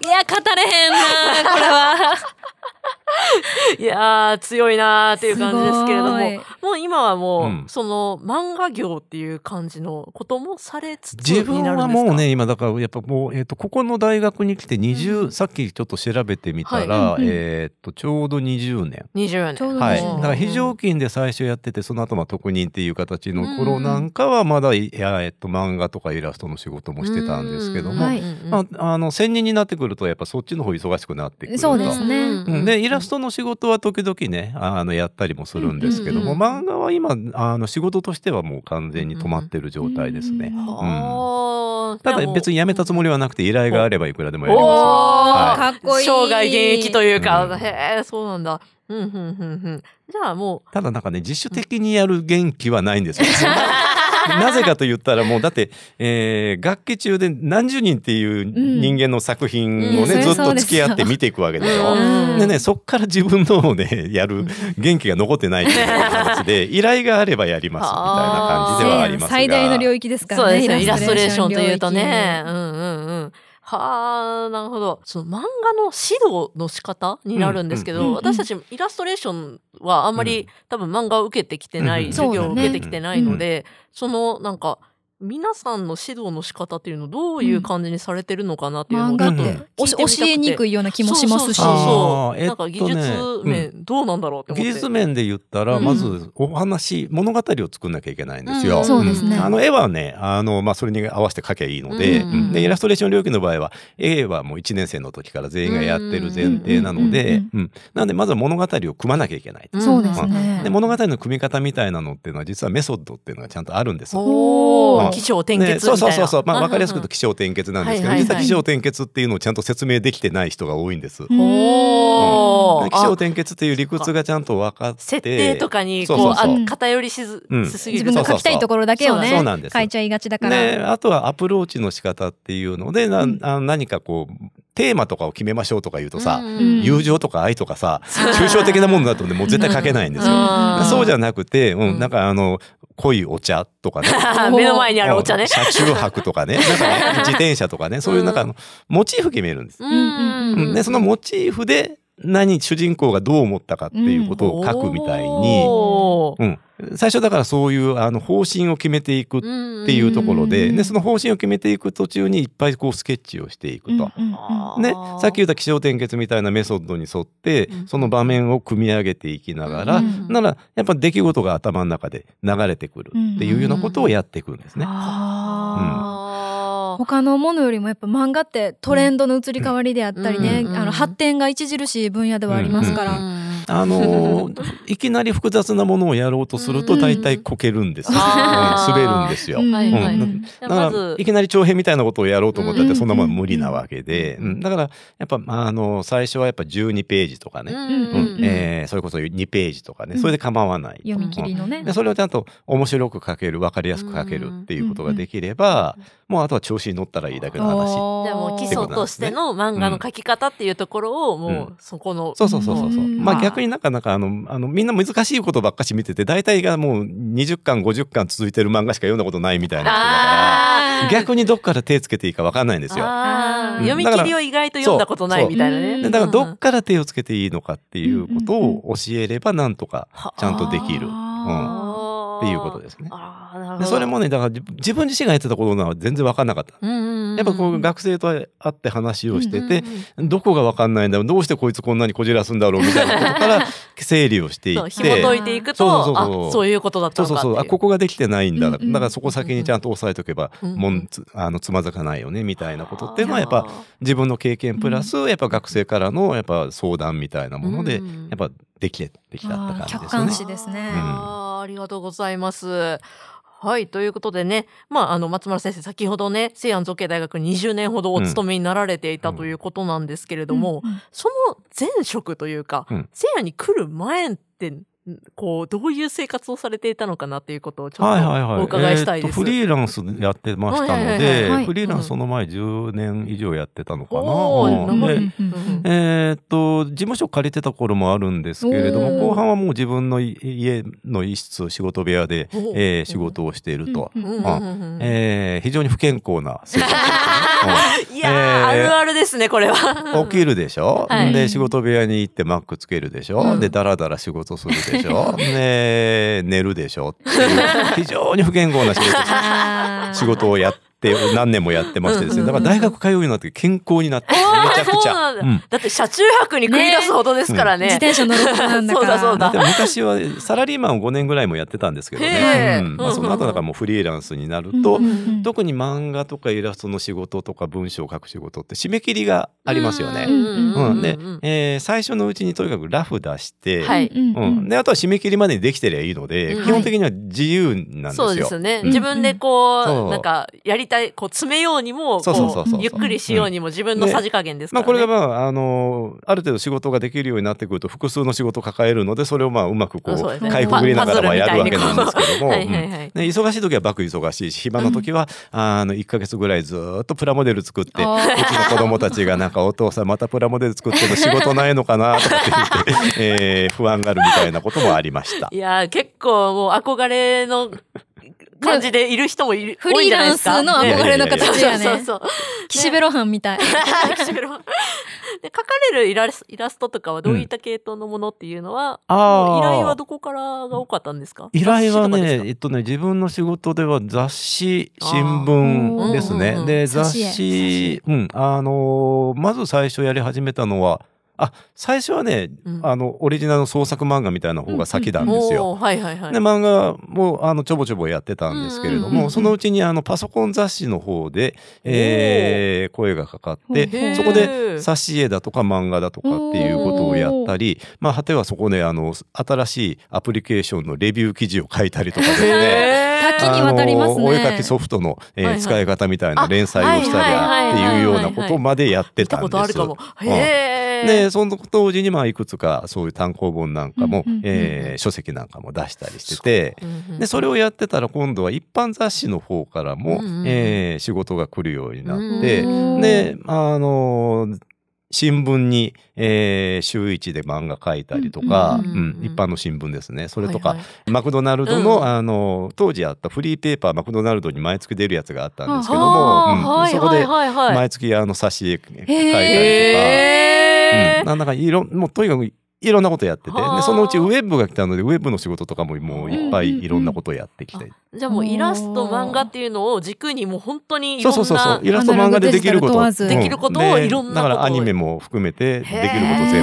Speaker 3: いや語れへ んなこれは
Speaker 2: いやー強いなーっていう感じですけれども
Speaker 3: すごい
Speaker 2: もう今はもう、
Speaker 4: うん
Speaker 2: その漫画業っていう感じのこともされつつ
Speaker 4: 自
Speaker 2: に
Speaker 4: 分
Speaker 2: なる
Speaker 4: は
Speaker 2: んですか
Speaker 4: もうね今だからやっぱもう、えっとここの大学に来て20、
Speaker 2: うん
Speaker 4: さっきちょっと調べてみたら、
Speaker 3: はいうんうん
Speaker 4: えっとちょうど20年。
Speaker 2: 24
Speaker 3: ちょう
Speaker 2: 年
Speaker 3: どん
Speaker 4: はい、
Speaker 3: うん
Speaker 4: だ
Speaker 3: うん
Speaker 4: から非常勤で最初やっててその後まあ特任っていう形の頃なんかはまだいや、えっと漫画とかイラストの仕事もしてたんですけど
Speaker 2: う
Speaker 4: も、
Speaker 2: ん
Speaker 3: はい
Speaker 4: まあ、あの専任になってくるとやっぱそっちの方忙しくなってくると
Speaker 3: そうですね
Speaker 4: うんでイラス
Speaker 2: ト
Speaker 4: トの仕事は時々ねあのやったりもするんですけども、
Speaker 2: うんうんうん
Speaker 4: 漫画は今あの仕事としてはもう完全に止まってる状態ですね。
Speaker 3: うん
Speaker 4: ただ別に辞めたつもりはなくて依頼があればいくらでもやり
Speaker 2: おー
Speaker 4: ま
Speaker 3: はい
Speaker 2: かっこいい生涯現役というか、
Speaker 4: うん
Speaker 2: へえそうなんだうんうんうんうんじゃあも
Speaker 4: す。ただなんかね自主的にやる元気はないんですよ。 なぜかと言ったらもうだって、えー楽器中で何十人っていう人間の作品
Speaker 2: うん
Speaker 4: をね、
Speaker 2: うん
Speaker 4: ずっと付き合って見ていくわけ
Speaker 2: う、
Speaker 4: でしょ。
Speaker 3: うん
Speaker 4: でね、そっから自分のをね、やる元気が残ってないっていう話で、依頼があればやりますみたいな感じではありますが。
Speaker 3: 最大の領域ですか
Speaker 2: そう
Speaker 3: ら
Speaker 2: で
Speaker 3: ね
Speaker 2: すね。イラストレーションというとね。うんう
Speaker 3: 領域
Speaker 2: んうん。はあ、なるほど。その漫画の指導の仕方になるんですけど、
Speaker 3: うんうんうん
Speaker 2: 私たちイラストレーションはあんまり、
Speaker 4: うん
Speaker 2: 多分漫画を受けてきてない、
Speaker 4: うん
Speaker 2: 授業
Speaker 3: そ
Speaker 2: を
Speaker 3: う
Speaker 2: 受
Speaker 3: だね
Speaker 2: けてきてないので、そのなんか、皆さんの指導の仕方っていうのをどういう感じにされてるのかなっていうのをち
Speaker 3: 漫画
Speaker 2: ょ
Speaker 3: っ
Speaker 2: っと
Speaker 4: うん
Speaker 3: ておし教えにく
Speaker 2: い
Speaker 3: いような気もしますし
Speaker 2: そうそう
Speaker 4: あ
Speaker 2: そう
Speaker 4: ー
Speaker 2: なんか技
Speaker 4: えっ
Speaker 2: 術
Speaker 4: とね
Speaker 2: 面どうなんだろうって思って。
Speaker 4: 技術面で言ったら、
Speaker 2: うん
Speaker 4: まずお話、物語を作んなきゃいけないんですよ。
Speaker 2: うん
Speaker 3: そうですね
Speaker 4: んあの絵はね、あの、まあ、それに合わせて描きゃいいので、
Speaker 2: うん
Speaker 4: うんで、イラストレーション領域の場合は、絵はもう1年生の時から全員がやってる前提なので、うんなんで、まずは物語を組まなきゃいけない。
Speaker 2: ん
Speaker 3: そうですね
Speaker 4: で、物語の組み方みたいなのっていうのは、実はメソッドっていうのがちゃんとあるんですよ
Speaker 2: お
Speaker 4: う
Speaker 2: ー、
Speaker 4: ん
Speaker 2: 起承転結みたい
Speaker 4: ね、
Speaker 2: な。
Speaker 4: そうそうそうそう、まあ、わかりやすく言うと
Speaker 2: と。
Speaker 4: 気象転結なんですけど、
Speaker 2: はいはいはい
Speaker 4: 実は気象転結っていうのをちゃんと説明できてない人が多いんです。
Speaker 3: うん
Speaker 2: おー。
Speaker 4: 気象転結っていう理屈がちゃんと分かって
Speaker 2: 設定とかにこう
Speaker 4: そうそう
Speaker 3: そう
Speaker 2: あ偏りしず、
Speaker 4: うん
Speaker 2: しすぎ
Speaker 3: 自
Speaker 2: る
Speaker 3: 分
Speaker 2: と
Speaker 3: が書きたいところだけをね
Speaker 4: そうなんです
Speaker 3: 書いちゃいがちだから、
Speaker 4: ね、あとはアプローチの仕方っていうのでな、
Speaker 3: うん
Speaker 4: あ何かこうテーマとかを決めましょうとか言うとさ、
Speaker 2: うん
Speaker 3: うん
Speaker 4: 友情とか愛とかさ抽象的なものだとねもう絶対書けないんですよ。
Speaker 3: うん
Speaker 4: そうじ
Speaker 2: ゃ
Speaker 4: ゃなくて、うん
Speaker 2: うん
Speaker 4: なんかあの濃いお茶とかね
Speaker 2: あ 目の前にあるお茶ね。
Speaker 4: 車中泊とかねなんかね自転車とかねそういうなんかあのモチーフ決めるんです、
Speaker 2: うん
Speaker 3: うん
Speaker 4: うんでそのモチーフで何主人公がどう思ったかっていうことを書くみたいに、
Speaker 2: おー
Speaker 4: うん最初だからそういうあの方針を決めていくっ
Speaker 2: うん
Speaker 4: ていうところで,、
Speaker 3: うん
Speaker 4: でその方針を決めていく途中にいっぱいこうスケッチをしていくと。ね、さっき言った気象転結みたいなメソッドに沿って、
Speaker 2: うん
Speaker 4: その場面を組み上げていきながら、
Speaker 3: うん
Speaker 4: ならやっぱ出来事が頭の中で流れてくるっていうようなことをやっていくんですね。
Speaker 3: あ
Speaker 2: あ
Speaker 3: ー
Speaker 2: ー
Speaker 3: 他のものよりもやっぱ漫画ってトレンドの移り変わりであったりね、
Speaker 2: うん
Speaker 3: あの発展が著しい分野ではありますから、
Speaker 4: うん
Speaker 2: うん
Speaker 4: あのーいきなり複雑なものをやろうとすると
Speaker 3: うん
Speaker 4: 大体こけるんですよ、
Speaker 2: あー
Speaker 4: うん滑るんですよ。
Speaker 3: うん
Speaker 2: はいはい
Speaker 3: うん
Speaker 2: じゃ
Speaker 4: だ
Speaker 2: あま
Speaker 4: から
Speaker 2: ず
Speaker 4: いきなり長編みたいなことをやろうと思ったっ
Speaker 3: うん
Speaker 4: てそんなもん無理なわけで、
Speaker 2: うん
Speaker 4: うんだからやっぱ、まあ、あの最初はやっぱ12ページとかね、
Speaker 2: うん
Speaker 4: うん
Speaker 2: うん
Speaker 4: えーそれこそ2ページとかねそれで構わないと、
Speaker 3: 読み切りのね
Speaker 4: で。それをちゃんと面白く書ける分かりやすく書けるっていうことができれば、もうあとは調子に乗ったらいいだけの話。
Speaker 2: じゃあもう基礎としての漫画の書き方っていうところをもうそこの、
Speaker 4: そうそうそうそうそう。
Speaker 3: うん
Speaker 4: まあ逆になんかなんかあのあのみんな難しいことばっかし見てて大体がもう20巻50巻続いてる漫画しか読んだことないみたいな人だから
Speaker 2: あー
Speaker 4: 逆にどっから手つけていいか分かんないんですよ。
Speaker 2: あー
Speaker 3: うん
Speaker 2: 読み切りを意外と読んだことないみたいなね。
Speaker 4: でだからど
Speaker 2: うん
Speaker 4: っから手をつけていいのかっていうことを教えればなんとかちゃんとできる、うん、っ
Speaker 3: あ
Speaker 4: ていうことですね。
Speaker 2: あーなるほ
Speaker 4: で
Speaker 2: ど
Speaker 4: それもねだから自自分自身がやってたことなら全然分かんなかった。
Speaker 2: うんうんうん
Speaker 4: やっぱこう学生と会って話をしてて
Speaker 2: うんうんうん、
Speaker 4: どこが分かんないんだろうどうしてこいつこんなにこじらすんだろうみたいなことから 整理をしてい
Speaker 2: そう
Speaker 4: っ
Speaker 2: 紐
Speaker 4: て。
Speaker 2: 解いていく
Speaker 4: そ
Speaker 2: と
Speaker 4: うそうそうそう
Speaker 2: あそういうことだった
Speaker 4: そ
Speaker 2: の
Speaker 4: う
Speaker 2: か
Speaker 4: そう
Speaker 2: ってい
Speaker 4: そううあここができてないんだ、
Speaker 3: うんうん
Speaker 4: だからそこ先にちゃんと押さえとけば、
Speaker 2: うんうん
Speaker 4: もんつあのつまずかないよねみたいなことっていうのはやっ
Speaker 2: あ
Speaker 4: ぱ
Speaker 2: ー
Speaker 4: 自分の経験プラス、やっぱ学生からのやっぱ相談みたいなもので、
Speaker 2: うんうん
Speaker 4: やっぱできてできたって感じ
Speaker 3: 客
Speaker 4: ですよ
Speaker 3: 観
Speaker 4: ね
Speaker 3: 視。ですね
Speaker 2: あーありがとうございます。はい。ということでね、まあ、あの、松丸先生、先ほどね、西安造形大学に20年ほどお勤めになられていた
Speaker 4: うん
Speaker 2: ということなんですけれ
Speaker 3: ー
Speaker 2: ども、
Speaker 3: うん
Speaker 2: その前職というか
Speaker 4: うん、
Speaker 2: 西安に来る前って、んこう、どういう生活をされていたのかなっていうことをちょ
Speaker 4: はいはい
Speaker 2: っ
Speaker 4: はい。
Speaker 2: とお伺いしたいで
Speaker 4: えー
Speaker 2: す。
Speaker 4: とフリーランスやってましたの
Speaker 2: はいはい
Speaker 3: はいはい
Speaker 4: で、フリーランスその前10年以上やってたのかな。
Speaker 2: おー
Speaker 4: うん
Speaker 2: 長い
Speaker 4: で
Speaker 3: う
Speaker 2: う
Speaker 3: ん
Speaker 2: ん
Speaker 4: えーっと事務所借りてた頃もあるんですけれど
Speaker 2: おー
Speaker 4: も後半はもう自分のい家の一室仕事部屋で
Speaker 2: おー、
Speaker 4: えー仕事をしていると、
Speaker 3: うん
Speaker 2: うんうんうんうん
Speaker 4: えー非常に不健康な生 活
Speaker 2: いやー、あ
Speaker 4: えー
Speaker 2: るあるですね、これ
Speaker 4: うん
Speaker 2: は。
Speaker 4: 起きるでしょ、
Speaker 2: はい
Speaker 4: で仕事部屋に行ってマックつけるでしょ、
Speaker 2: うん
Speaker 4: でダラダラ仕事するで しょ、で寝るでしょっていう非常に不健康な仕事
Speaker 3: あー
Speaker 4: 仕事をやって何年もやってましてですねだから大学通うようになって健康になってめちゃくち
Speaker 2: そう
Speaker 4: ゃ。
Speaker 2: うなんだ
Speaker 4: ん
Speaker 2: だって、車中泊に繰り出すほどですからね。
Speaker 3: 自転車乗ることなんだか
Speaker 2: そうだ
Speaker 3: ら。
Speaker 2: そうだ
Speaker 4: でも昔はサラリーマンを5年ぐらいもやってたんですけど
Speaker 2: へえ
Speaker 4: ね、うんまあ、その後だからもうフリーランスになると、
Speaker 3: うんうん
Speaker 4: 特に漫画とかイラストの仕事とか文章を書く仕事って締め切りがありますよね。
Speaker 2: うんうん
Speaker 4: う
Speaker 2: うんんう
Speaker 4: で
Speaker 2: ん、
Speaker 4: えー最初のうちにとにかくラフ出して、
Speaker 2: はい
Speaker 3: うんう
Speaker 4: うんん、であとは締め切りまでにできてりゃいいので、
Speaker 2: うん
Speaker 4: 基本的には自由なんですよ。
Speaker 2: そうですね、
Speaker 4: うん
Speaker 2: 自分でこう、
Speaker 4: そう
Speaker 2: なんかやりたいこう詰めようにも
Speaker 4: そうそうそうそう
Speaker 2: こうゆっくりしようにも自分のさじ加減ですか
Speaker 4: まあ、
Speaker 2: ら、ね
Speaker 4: これが、まああのある程度仕事ができるようになってくると複数の仕事を抱えるのでそれをまあうまくこ
Speaker 2: そうです
Speaker 4: う
Speaker 2: ね
Speaker 4: 回復りながらはやるわけなんですけども、
Speaker 2: は
Speaker 4: う
Speaker 2: い
Speaker 4: ん
Speaker 2: はいはい、
Speaker 4: ね、忙しい時は爆忙しいし暇な時は、あの1ヶ月ぐらいずーっとプラモデル作ってうちの
Speaker 3: あー
Speaker 4: 子供たちがなんかお父さんまたプラモデル作っても仕事ないのかなとかって言って、えー不安があるみたいなこともありました。
Speaker 2: いやー結構もう憧れの感じでいる人もいる、
Speaker 3: フ
Speaker 2: 多いんじ
Speaker 3: リー
Speaker 2: ゃないで
Speaker 3: ラン
Speaker 2: す
Speaker 3: ス
Speaker 2: か
Speaker 3: の
Speaker 2: ね
Speaker 3: 憧れの形や
Speaker 2: そうそう
Speaker 3: ね。
Speaker 2: そう
Speaker 3: 岸辺露伴みたい。
Speaker 2: 岸辺露で描かれるイラスイラストとかはどういった系統のものっていうのは、もう依頼はどこからが多かったんですか
Speaker 4: 依頼はね、
Speaker 2: 雑誌とかですか
Speaker 4: えっとね、自分の仕事では雑誌、
Speaker 2: あー
Speaker 4: 新聞です
Speaker 2: うんうんう
Speaker 4: ね。
Speaker 2: ん
Speaker 4: で、
Speaker 3: 挿
Speaker 4: 雑
Speaker 3: 絵
Speaker 4: 誌、うん、あのーまず最初やり始めたのは、あ、最初はね、
Speaker 2: うん
Speaker 4: あの、オリジナルの創作漫画みたいな方が先なんですよ。
Speaker 2: おーはいはいはい
Speaker 4: で、漫画も、あの、ちょぼちょぼやってたんですけれど
Speaker 2: うんうんうん
Speaker 4: も、そのうちに、あの、パソコン雑誌の方で、えー声がかかって、
Speaker 3: へー
Speaker 4: そこで、挿絵だとか漫画だとかっていうことをやったり、まあ、果てはそこで、あの、新しいアプリケーションのレビュー記事を書いたりとかですね。
Speaker 2: へー
Speaker 3: 多岐にわたりますね
Speaker 4: あのお絵かきソフトの、えー
Speaker 2: はいはい
Speaker 4: 使い方みたいな連載をしたり
Speaker 2: あ
Speaker 4: っていうようなことまでやって
Speaker 2: 見
Speaker 4: た
Speaker 2: た
Speaker 4: ん
Speaker 2: こ
Speaker 4: です。
Speaker 2: とあるかも。へえ。
Speaker 4: で、その当時に、まあ、いくつか、そういう単行本なんかも、
Speaker 3: うんうんうん
Speaker 4: えー書籍なんかも出したりしてて、
Speaker 2: うん
Speaker 4: でそれをやってたら今度は一般雑誌の方からも、
Speaker 2: うんうん
Speaker 4: えー仕事が来るようになって、
Speaker 2: うん
Speaker 4: であのー新聞に、えー週一で漫画書いたりとか、
Speaker 2: ううんう
Speaker 4: うんん
Speaker 2: んうん
Speaker 4: 一般の新聞ですねそ
Speaker 2: こ
Speaker 4: れとか、マクドナルド
Speaker 2: うん
Speaker 4: の,、あの当時あったフリーペーパーマクドナルドに毎月出るやつがあったんですけども、うん
Speaker 2: はい
Speaker 4: そこ
Speaker 2: はい
Speaker 4: で
Speaker 2: はいはい。
Speaker 4: 毎月あの挿絵書いたりとか、
Speaker 2: へ
Speaker 4: うん、なんだかいろんもうとにかくいろんなことやっててで
Speaker 2: はあ
Speaker 4: そのうちウェブが来たのでウェブの仕事とかももういっぱ
Speaker 3: うんうんう
Speaker 4: い
Speaker 3: ん
Speaker 4: いろんなことやってきて、
Speaker 2: じゃあもうイラスト漫画っていうのを軸にもう本当にいろ
Speaker 4: そ
Speaker 2: ん
Speaker 4: うそうそうそう
Speaker 2: な
Speaker 4: イラスト漫画でできるこ
Speaker 3: ア
Speaker 4: と
Speaker 3: ナログデジタル問わず
Speaker 2: できることを
Speaker 4: で
Speaker 2: いろんなことを
Speaker 4: だからアニメも含めてできること全部
Speaker 3: て
Speaker 4: い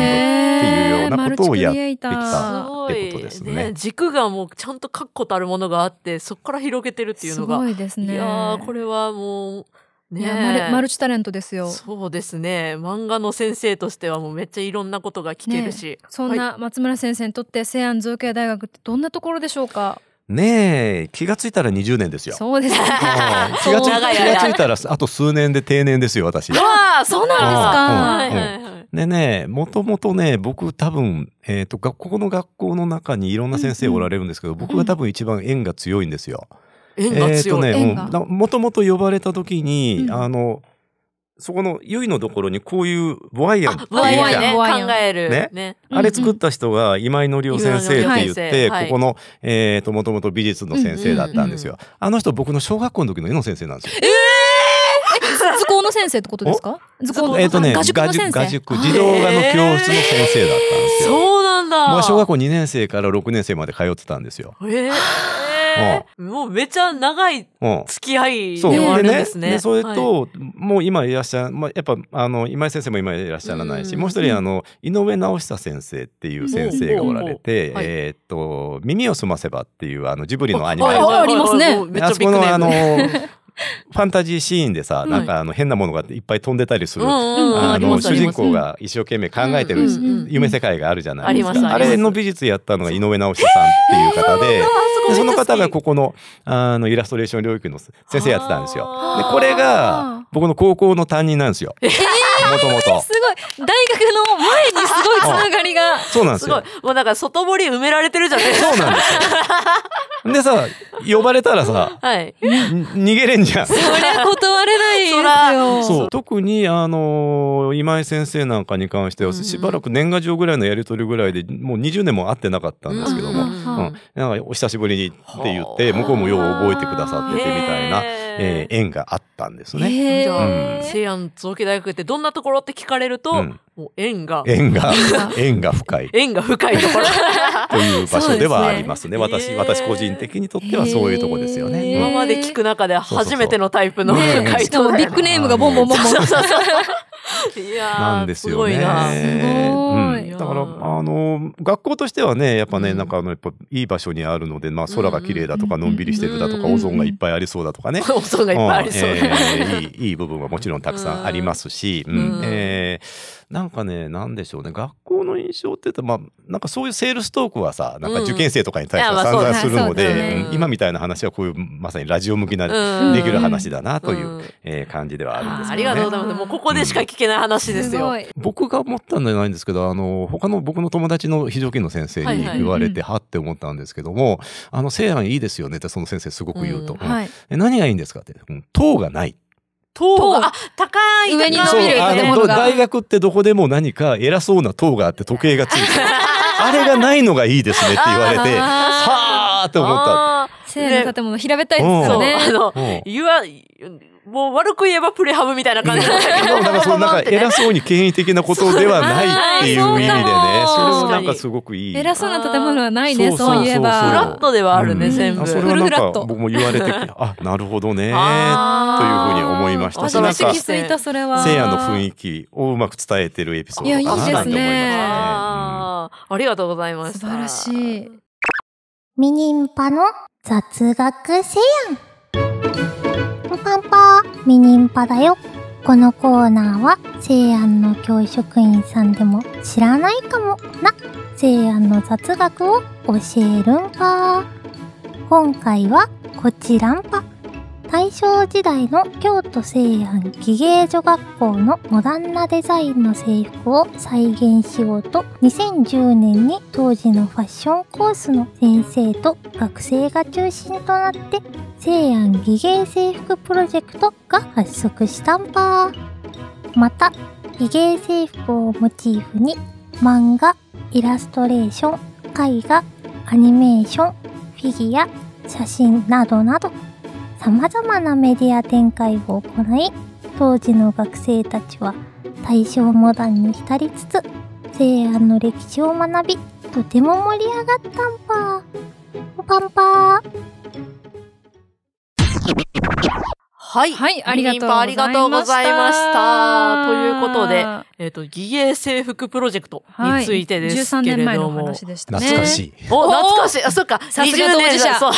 Speaker 4: うようなことをやってきた
Speaker 2: すご
Speaker 4: ってこと
Speaker 2: い
Speaker 4: ですね
Speaker 2: 軸がもうちゃんと確固たるものがあってそこから広げてるっていう
Speaker 3: す
Speaker 2: のが
Speaker 3: ごいですね。
Speaker 2: いやーこれはもう
Speaker 3: い
Speaker 2: ね
Speaker 3: やマルマルチタレントですよ。
Speaker 2: そうですね漫画の先生としてはもうめっちゃいろんなことが聞けるし、
Speaker 3: そんな松村先生にとって西安造形大学ってどんなところでしょうか。
Speaker 4: ねえ気がついたら20年ですよ。
Speaker 3: そ うですね。
Speaker 4: う
Speaker 2: そ
Speaker 4: ん気
Speaker 2: う
Speaker 4: がつい
Speaker 2: 長い
Speaker 4: 気
Speaker 2: 間
Speaker 4: がついたらあと数年で定年ですよ私。
Speaker 2: はい、わあそうなんですか、
Speaker 4: う
Speaker 2: はいはいはい
Speaker 4: でねもともとね僕多分、えー、と学校の学校の中にいろんな先生おられるんですけど、僕が多分一番縁が強いんですよ。
Speaker 2: 縁が
Speaker 4: えーと
Speaker 2: 強い、
Speaker 4: ね
Speaker 3: 縁が
Speaker 4: うんもともと呼ばれた時に、
Speaker 3: うん
Speaker 4: あのそこのゆいのところにこういうボワイアンって
Speaker 2: 怖
Speaker 4: い
Speaker 2: い
Speaker 4: る
Speaker 3: ボワ
Speaker 4: じ
Speaker 3: イ
Speaker 4: ゃん
Speaker 3: ア
Speaker 2: ね
Speaker 3: ン
Speaker 2: 考えるね
Speaker 4: ねあれ作った人が今井のりお先生って言っ
Speaker 2: 今井紀夫先生
Speaker 4: て、
Speaker 2: はい
Speaker 4: ここの、えー、と、もともと美術の先生だったんですよ。あの人、僕の小学校の時の絵の先生なんですよ。
Speaker 3: 図工の先生ってことですか。図工の、
Speaker 4: えっ、とね、
Speaker 3: 画塾の先生。
Speaker 4: 画塾、児童画の教室の先生だったんですよ。
Speaker 2: そうなんだ、
Speaker 4: 僕は小学校2年生から6年生まで通ってたんですよ。
Speaker 2: ええもうめちゃ長い
Speaker 4: うん。
Speaker 2: 付き合い
Speaker 4: そう
Speaker 2: でもあ
Speaker 4: で
Speaker 2: るんで
Speaker 4: ね
Speaker 2: すね。
Speaker 4: でそれ
Speaker 2: はい、
Speaker 4: と、もう今いらっしゃまあ、やっぱあの今井先生も今いらっしゃらないし、
Speaker 2: うん
Speaker 4: もう一人あの井上直久先生っていう先生がおられて、
Speaker 2: うんはい
Speaker 4: えーっと「耳をすませば」っていうあのジブリのアニメ
Speaker 3: はいあありますね
Speaker 2: もうめっち
Speaker 4: あ
Speaker 2: ゃ
Speaker 4: そ
Speaker 2: ビッ
Speaker 4: こ
Speaker 2: グネ
Speaker 4: のあ
Speaker 2: ーム
Speaker 4: の
Speaker 2: ね
Speaker 4: ファンタジーシーンでさ、
Speaker 2: い
Speaker 4: なんかあの変なものがいっぱい飛んでたりす
Speaker 2: うん
Speaker 4: る、
Speaker 2: うんうん
Speaker 4: あ
Speaker 2: あり
Speaker 4: の
Speaker 2: ますあ
Speaker 4: 主
Speaker 2: り
Speaker 4: 人
Speaker 2: ます
Speaker 4: 公が一生懸命考えてる
Speaker 2: うんうんうん
Speaker 4: 夢世界があるじゃないです
Speaker 2: あります
Speaker 4: か。あ
Speaker 2: あります
Speaker 4: れの美術やったのが井上直久さんっていう方で、でその方がここのあのイラストレーション領域の先生やってたんですよ。で
Speaker 2: あー
Speaker 4: これが僕の高校の担任なんですよ。もともと
Speaker 3: す。ごい大学の前にすごいつながりが。
Speaker 4: そうなんですす
Speaker 2: ごい
Speaker 4: よ。
Speaker 2: もうなんか外堀埋められてるじゃないですか。
Speaker 4: そうなんですよ。でさ呼ばれたら さ
Speaker 2: はい。
Speaker 4: に逃げれんじゃん。
Speaker 3: そりゃ断れないです
Speaker 2: そら
Speaker 3: よ。
Speaker 4: そう特にあのー今井先生なんかに関して
Speaker 2: う
Speaker 4: は
Speaker 2: んうん
Speaker 4: しばらく年賀状ぐらいのやり取りぐらいでもう20年も会ってなかったんですけども、
Speaker 2: う
Speaker 4: うん
Speaker 2: う
Speaker 4: ん
Speaker 2: んうん
Speaker 4: なんかお久しぶりにって言って
Speaker 2: はあ
Speaker 4: 向こうもよう覚えてくださっててみたいな、え
Speaker 2: へ
Speaker 4: ー縁があったんですね。
Speaker 3: へ
Speaker 2: じゃあ、
Speaker 4: うん
Speaker 3: ー
Speaker 2: 西安造形大学ってどんなところって聞かれると、
Speaker 4: うん
Speaker 2: もう縁が
Speaker 4: 縁 が縁が深い
Speaker 2: 縁が深いと ころ。
Speaker 4: という場所ではありますね
Speaker 2: そうです
Speaker 4: 私
Speaker 2: ね
Speaker 4: 私個人的にとってはそういうとこですよ
Speaker 3: へ
Speaker 4: ね。
Speaker 2: 今まで聞く中で初めてのタイプの
Speaker 4: そうそうそうねえ
Speaker 2: 回
Speaker 3: しか
Speaker 2: 答
Speaker 3: も
Speaker 2: だ
Speaker 3: ビ
Speaker 2: よ
Speaker 3: ッグネームがボンボンボンボン。
Speaker 2: いやー
Speaker 4: なんですよね。
Speaker 2: ごいな。
Speaker 3: すごい
Speaker 4: うん、だからあの学校としてはねやっぱね、
Speaker 2: うん
Speaker 4: なんかあのやっぱいい場所にあるので、まあ、空が綺麗だとか、
Speaker 3: うん
Speaker 4: のんびりしてるだとか、
Speaker 2: うん
Speaker 4: オゾンがいっぱいありそうだとかね。
Speaker 2: お音がいっぱいありそう。
Speaker 4: うんえーいいいい部分はもちろんたくさんありますし、うん
Speaker 2: うん
Speaker 4: えーなんかねなんでしょうね学校の印象って言うと、まあ、なんかそういうセールストークはさなんか受験生とかに対して
Speaker 2: うん
Speaker 4: はい
Speaker 2: や
Speaker 4: 散
Speaker 2: まあ
Speaker 4: 々するの
Speaker 3: そう
Speaker 4: で、
Speaker 3: だね
Speaker 4: うん今みたいな話はこういうまさにラジオ向きなで
Speaker 2: うん
Speaker 4: きる話だなという、
Speaker 2: うん
Speaker 4: えー感じではあるんです
Speaker 2: あ
Speaker 4: けどね。
Speaker 2: りがとうございます。もうここでしか聞けない話ですよ。
Speaker 3: い。
Speaker 4: 僕が思ったんじゃないんですけど、あの、他の僕の友達の非常勤の先生
Speaker 2: はい
Speaker 4: に
Speaker 2: はい
Speaker 4: 言われて、はって思ったんですけども、あの、西安いいですよねってその先生すごく言うと。
Speaker 2: うん
Speaker 4: うん
Speaker 3: はい。
Speaker 4: え何がいいんですかって。うん塔がない。
Speaker 2: 塔
Speaker 3: 塔
Speaker 2: があ高い
Speaker 3: 上に伸
Speaker 2: 高い
Speaker 3: びる
Speaker 4: あ
Speaker 3: 建
Speaker 4: の、
Speaker 3: 物
Speaker 4: ど
Speaker 3: が
Speaker 4: 大学ってどこでも何か偉そうな塔があって時計がついてる。あれがないのがいいですねって言われて、はーって思った。
Speaker 2: あ
Speaker 3: 西の建物平べったいです
Speaker 2: ー
Speaker 3: よ
Speaker 2: そう
Speaker 3: ね。
Speaker 2: あの
Speaker 4: うん
Speaker 2: 言わもう悪く言えばプレハブみたいな感じだ
Speaker 4: でもなんかそ のなんか偉そうに権威的なことではないっていう意味で
Speaker 2: そ
Speaker 4: ね、
Speaker 2: うか
Speaker 4: それ
Speaker 2: も
Speaker 4: をなんかすごくいい。
Speaker 3: 偉そうな建物はないね、
Speaker 4: あー
Speaker 3: そういえ
Speaker 4: そ
Speaker 2: フ
Speaker 4: うそうそう
Speaker 3: ば。
Speaker 2: ラットではあるね、
Speaker 4: うん
Speaker 2: 全部。
Speaker 4: あそれ
Speaker 3: フ
Speaker 4: は
Speaker 3: ル
Speaker 4: なん
Speaker 3: フラッ
Speaker 4: か
Speaker 3: ト
Speaker 4: 僕も言われてあなるほどねという
Speaker 2: あ
Speaker 4: ふうに思いましたし
Speaker 2: あ
Speaker 4: なん
Speaker 3: 私
Speaker 2: 私
Speaker 4: か
Speaker 3: 気
Speaker 2: 気
Speaker 3: づ
Speaker 2: づ
Speaker 3: い
Speaker 2: い
Speaker 3: た
Speaker 2: た
Speaker 3: それは。
Speaker 4: 聖夜の雰囲気をうまく伝えてるエピソードか
Speaker 3: いや
Speaker 4: ない
Speaker 3: い
Speaker 4: と
Speaker 3: です
Speaker 4: 思い
Speaker 3: ね
Speaker 4: ま
Speaker 2: あーありがとうございまし
Speaker 3: 素
Speaker 2: た。
Speaker 3: 晴らしい。
Speaker 5: ミニンパの雑学せやん。パンパー、ミニンパだよ。このコーナーは、西安の教職員さんでも知らないかもな、西安の雑学を教えるんぱー。今回は、こちらんぱ。大正時代の京都西安技芸女学校のモダンなデザインの制服を再現しようと2010年に当時のファッションコースの先生と学生が中心となって西安技芸制服プロジェクトが発足したんぱまた美芸制服をモチーフに漫画、イラストレーション、絵画、アニメーション、フィギュア、写真などなど様々なメディア展開を行い当時の学生たちは大正モダンに浸りつつ西安の歴史を学びとても盛り上がったんぱパンパー
Speaker 2: はい。
Speaker 3: はい、ありがとうございま
Speaker 2: ありがとうございました。ということで、えっ、と、義芸制服プロジェクトについてですけ
Speaker 3: 13年
Speaker 2: れ
Speaker 3: 前
Speaker 2: ど
Speaker 3: のお
Speaker 2: も。
Speaker 3: 話でしたね。
Speaker 4: 懐かしい、
Speaker 2: お、懐かしい。あ、そっか。
Speaker 3: さ
Speaker 2: 20
Speaker 3: すが当事者
Speaker 2: 年そう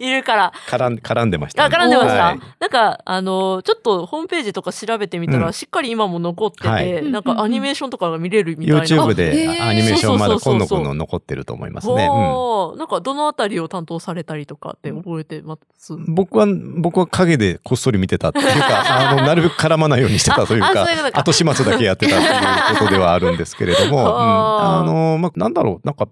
Speaker 2: いるから。
Speaker 4: 絡ん絡んでました
Speaker 2: あ、
Speaker 4: ね、
Speaker 2: 絡んでました。
Speaker 4: はい
Speaker 2: なんか、あの、ちょっとホームページとか調べてみたら、
Speaker 4: うん
Speaker 2: しっかり今も残ってて、
Speaker 4: はい
Speaker 2: なんかアニメーションとかが見れるみたいな。
Speaker 4: YouTube で
Speaker 3: あへー
Speaker 4: あアニメーションまだ
Speaker 2: そう
Speaker 4: 今
Speaker 2: そうそうそう
Speaker 4: 度この残ってると思いますね。うん
Speaker 2: おーなんかどのあたりを担当されたりとかって覚えてます、
Speaker 4: 僕は、僕は影でこっそり見てたっていうか、 あの、なるべく絡まないようにしてたという
Speaker 2: ああ
Speaker 4: か
Speaker 2: そういうこと、か
Speaker 4: 後始末だけやってたっていうことではあるんですけれ ども、う
Speaker 2: あ
Speaker 4: ん
Speaker 2: ー
Speaker 4: あの、まあ、なんだろう、なんか、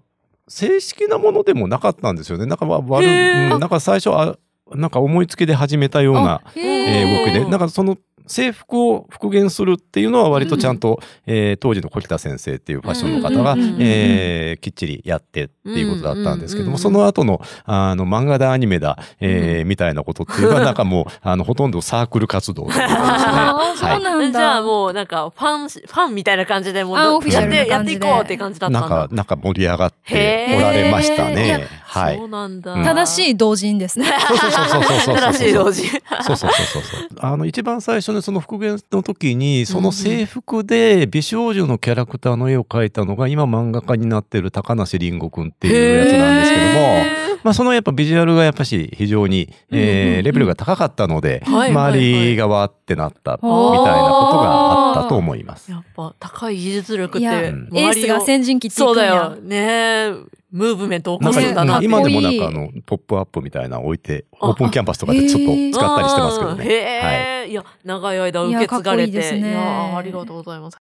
Speaker 4: 正式なものでもなかったんですよね。なんか、わ悪い、
Speaker 2: へー
Speaker 4: うんなんか最初、あなんか思いつきで始めたような、
Speaker 3: へ
Speaker 2: へ
Speaker 4: えー
Speaker 2: ー
Speaker 4: 僕で、なんかその制服を復元するっていうのは割とちゃんと、えー当時の小北先生っていうファッションの方が、
Speaker 2: うんうんうんうん
Speaker 4: えーきっちりやってっていうことだったんですけど
Speaker 2: うんうんう
Speaker 4: も、
Speaker 2: んうん
Speaker 4: その後のあの漫画だアニメだ、えーみたいなことっていうのはなん かもうあのほとんどサークル活動ということですね。
Speaker 3: あーそう
Speaker 4: は
Speaker 3: なんだ。
Speaker 2: じゃあもうなんかファンし、ファンみたいな感じでもう
Speaker 3: あ
Speaker 2: な
Speaker 3: オフィ
Speaker 4: シ
Speaker 2: や
Speaker 4: ャ
Speaker 2: っ
Speaker 4: ルな
Speaker 2: て、やっ
Speaker 3: 感
Speaker 2: て
Speaker 3: じ
Speaker 2: い
Speaker 3: で
Speaker 2: こうって感じだ
Speaker 4: い、
Speaker 2: った
Speaker 4: なん
Speaker 2: んだ
Speaker 4: か。なんか盛り上がっ
Speaker 2: へ
Speaker 4: て
Speaker 2: ー
Speaker 4: おられました
Speaker 3: いや
Speaker 4: ね。はい
Speaker 2: そ。うなんだ。
Speaker 4: うん
Speaker 3: 正しい同人ですね。
Speaker 4: そうそうそうそうそうそう
Speaker 2: 正しい同時。
Speaker 4: そうそうそうそうそう。あの一番最初のその復元の時にその制服で美少女のキャラクターの絵を描いたのが今漫画家になってる高梨凛吾くんっていうやつなんですけども。まあそのやっぱビジュアルがやっぱし非常に、
Speaker 3: うんうん
Speaker 4: え
Speaker 3: うん
Speaker 4: ーレベルが高かったので、
Speaker 2: はいはいはい
Speaker 4: 周りがわーってなったみたいな
Speaker 3: おー
Speaker 4: ことがあったと思います。
Speaker 2: やっぱ高い技術力っ
Speaker 3: い
Speaker 2: て、
Speaker 3: や
Speaker 2: 周りを
Speaker 3: エースが先陣切ってい
Speaker 2: そ
Speaker 3: く
Speaker 2: うんだ
Speaker 3: や
Speaker 2: よ。ねえ、ムーブメント起
Speaker 4: な
Speaker 2: こ
Speaker 4: ん
Speaker 2: す
Speaker 4: か
Speaker 2: んだな
Speaker 3: か
Speaker 2: っ
Speaker 3: っこい
Speaker 2: て
Speaker 3: い
Speaker 4: 今でもなんかあのポップアップみたいなの置いて
Speaker 2: あ
Speaker 4: オープンキャンパスとかでちょ
Speaker 3: へー
Speaker 4: っと使ったりしてますけど
Speaker 2: うん
Speaker 4: ね。
Speaker 2: へえ、い、や、長い間受け継がれて。
Speaker 3: いやかっこいいですね
Speaker 2: いやありがとうございます。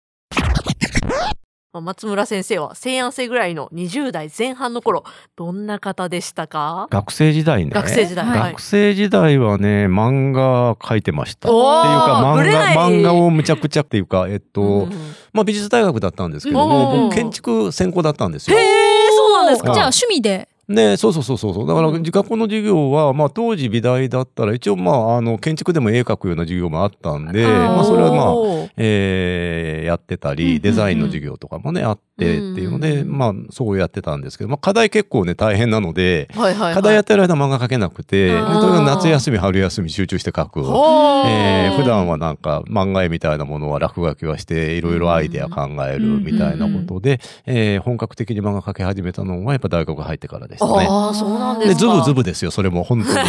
Speaker 2: まあ松村先生は西安生ぐらいの20代前半の頃、どんな方でしたか
Speaker 4: 学生時代ね。
Speaker 2: 学生時代。
Speaker 3: はい
Speaker 2: はい
Speaker 4: 学生時代はね、漫画描いてました。っていう
Speaker 2: おー
Speaker 4: か、
Speaker 2: ぶ
Speaker 4: 漫
Speaker 2: れな
Speaker 4: 画、
Speaker 2: い
Speaker 4: 漫画をむちゃくちゃっていうか、えっと、
Speaker 2: うんうん
Speaker 4: まあ美術大学だったんですけど
Speaker 2: うん
Speaker 4: も、僕建築専攻だったんですよ
Speaker 2: へ。え、そうなんです
Speaker 3: じゃあ
Speaker 2: か。
Speaker 3: 趣味で。
Speaker 4: ね、そうそうそうそうそう。だから
Speaker 2: うん
Speaker 4: 学校の授業は、まあ当時美大だったら、一応まあ、あの、建築でも絵描くような授業もあったんで、
Speaker 3: あー
Speaker 4: まあそれはまあ、
Speaker 2: おー
Speaker 4: えーやってた
Speaker 3: うんうんうん
Speaker 4: り、デザインの授業とかもね、あってっていうの
Speaker 2: うんうん
Speaker 4: で、
Speaker 2: うん
Speaker 4: まあそうやってたんですけど、まあ課題結構ね、大変なので、
Speaker 2: はいはいはい。
Speaker 4: 課題やってる間漫画描けなくて、で
Speaker 3: あ
Speaker 4: とに
Speaker 3: ー
Speaker 4: かく夏休み、春休み集中して描く。
Speaker 2: ほー
Speaker 4: えー普段はなんか漫画絵みたいなものは落書きはしていろいろアイデア考えるみたいなことで、えー本格的に漫画描き始めたのはやっぱ大学入ってからですね。
Speaker 2: ああ、そうなんです
Speaker 4: で
Speaker 2: か。
Speaker 4: ズブズブですよそれも本 当に。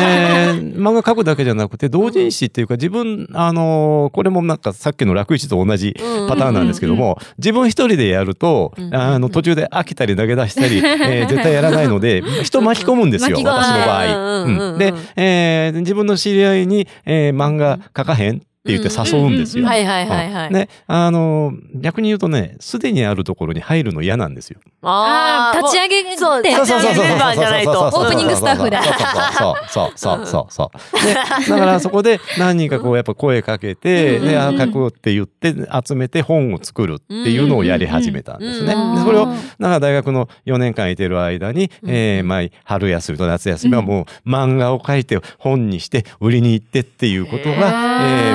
Speaker 4: えー漫画描くだけじゃなくて同人誌っていうか自分あのーこれもなんかさっきの楽市と同じ
Speaker 2: うん
Speaker 4: パターンなんですけども、自分一人でやると、
Speaker 2: うん
Speaker 4: あの途中で飽きたり投げ 出したり、えー絶対やらないので人巻き込むんですよ
Speaker 3: 巻
Speaker 4: 私
Speaker 3: き込む
Speaker 4: の場
Speaker 2: うんうんうん
Speaker 4: 合。うんで、えー自分の知り合いに、えー漫画描かへんって言って誘うんですよ。
Speaker 2: はいはいはいはい。
Speaker 4: ね、あのー逆に言うとねすでにあるところに入るの嫌なんですよ。
Speaker 3: あ
Speaker 2: ー
Speaker 3: あー、立ち上げて。
Speaker 2: そう
Speaker 4: そうそうそうそう
Speaker 2: メンバーじゃないと
Speaker 4: そうそうそうそう
Speaker 3: オープニングスタッフだ
Speaker 4: そうそうそうそうそうそうそう。でだからそこで何人かこうやっぱ声かけて、
Speaker 2: うん
Speaker 4: で、あ書こうって言って集めて本を作るっていうのをやり始めたんですね。
Speaker 2: うん
Speaker 4: でそれを
Speaker 3: あー
Speaker 4: だから大学の4年間いてる間に、
Speaker 2: うん
Speaker 4: えーまあ春休みと夏休みはもう漫画を書いて本にして売りに行ってっていうこと
Speaker 2: へ
Speaker 4: が、え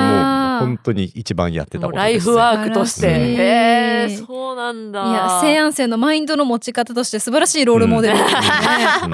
Speaker 3: ー
Speaker 4: ーもう本当に一番やってた
Speaker 2: もう
Speaker 4: こと
Speaker 2: ライ
Speaker 4: です、
Speaker 2: フ
Speaker 4: ね。
Speaker 2: ワークとして。
Speaker 4: 素晴ら
Speaker 3: しい
Speaker 2: へえ、そうなんだ。
Speaker 3: いや、西安生のマインドの持ち方として素晴らしいロールモデ ル。
Speaker 4: うんだから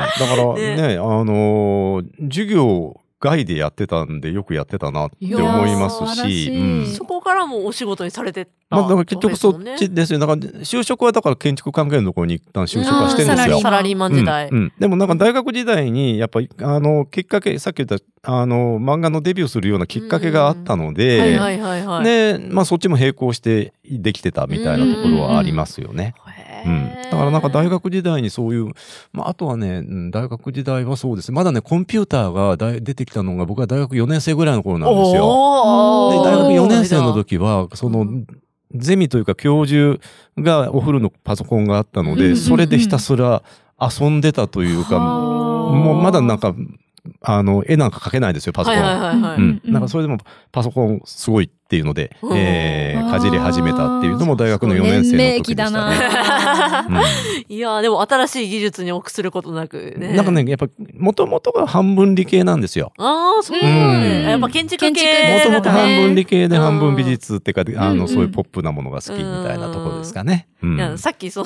Speaker 4: ね、あのー授業外でやってたんでよくやってたなって
Speaker 2: い
Speaker 4: 思
Speaker 2: や
Speaker 4: います
Speaker 3: 素晴らし
Speaker 4: し、
Speaker 3: い
Speaker 4: うん
Speaker 2: そこからもお仕事にされてた
Speaker 4: まあ、だから結局そ
Speaker 2: わけですもん
Speaker 4: っ
Speaker 2: ね
Speaker 4: ちですよ。だから就職はだから建築関係のところに一旦就職はしてるんです
Speaker 3: う
Speaker 4: よ
Speaker 3: ん。
Speaker 2: サラリーマン時代。
Speaker 4: うんうんでもなんか大学時代にやっぱりあのきっかけさっき言ったあの漫画のデビューするようなきっかけがあったので、
Speaker 2: はいはいはいはい。
Speaker 4: ねまあ、そっちも並行してできてたみたいなところはありますよね。
Speaker 2: へ
Speaker 4: う
Speaker 2: え
Speaker 4: ん、だからなんか大学時代にそういう、まあ、あとはね、うん大学時代はそうですねまだねコンピューターが大出てきたのが僕は大学4年生ぐらいの頃なんですよ。
Speaker 2: お
Speaker 4: で
Speaker 2: ー
Speaker 4: 大学4年生の
Speaker 2: す
Speaker 4: 時はそうの
Speaker 2: ん
Speaker 4: ゼミというか教授がお風呂のパソコンがあったの
Speaker 2: うんうんう
Speaker 4: で
Speaker 2: ん
Speaker 4: それでひたすら遊んでたとい
Speaker 2: ご
Speaker 4: う
Speaker 2: いな
Speaker 4: か
Speaker 2: はあ
Speaker 4: もうまだなんかあの絵なんか描けないですよパソ
Speaker 2: は
Speaker 4: コ
Speaker 2: い
Speaker 4: ン。
Speaker 2: はいはいは
Speaker 4: う
Speaker 2: い。
Speaker 4: ん、なんかそれでもパソコンすごいっていうので、
Speaker 2: うん
Speaker 4: えーかじり始めたっていうのも大学の4年生の時でした
Speaker 3: 年齢
Speaker 4: ね。
Speaker 3: 期だな
Speaker 2: いやーでも新しい技術に臆することなく
Speaker 4: う
Speaker 2: ね。
Speaker 4: ん、なんかねやっぱもともとが半分理系なんですよ。
Speaker 2: ああ、そう
Speaker 3: うん
Speaker 2: なんだねやっぱ建築系
Speaker 3: 建築系
Speaker 4: も
Speaker 3: え
Speaker 4: と
Speaker 3: ー
Speaker 4: もと半分理系で
Speaker 2: うん
Speaker 4: 半分美術ってか、あ
Speaker 3: うんう
Speaker 4: の
Speaker 3: ん
Speaker 4: そういうポップなものが好きみたいなところですかね。う
Speaker 2: い
Speaker 4: ん
Speaker 2: やさっきそう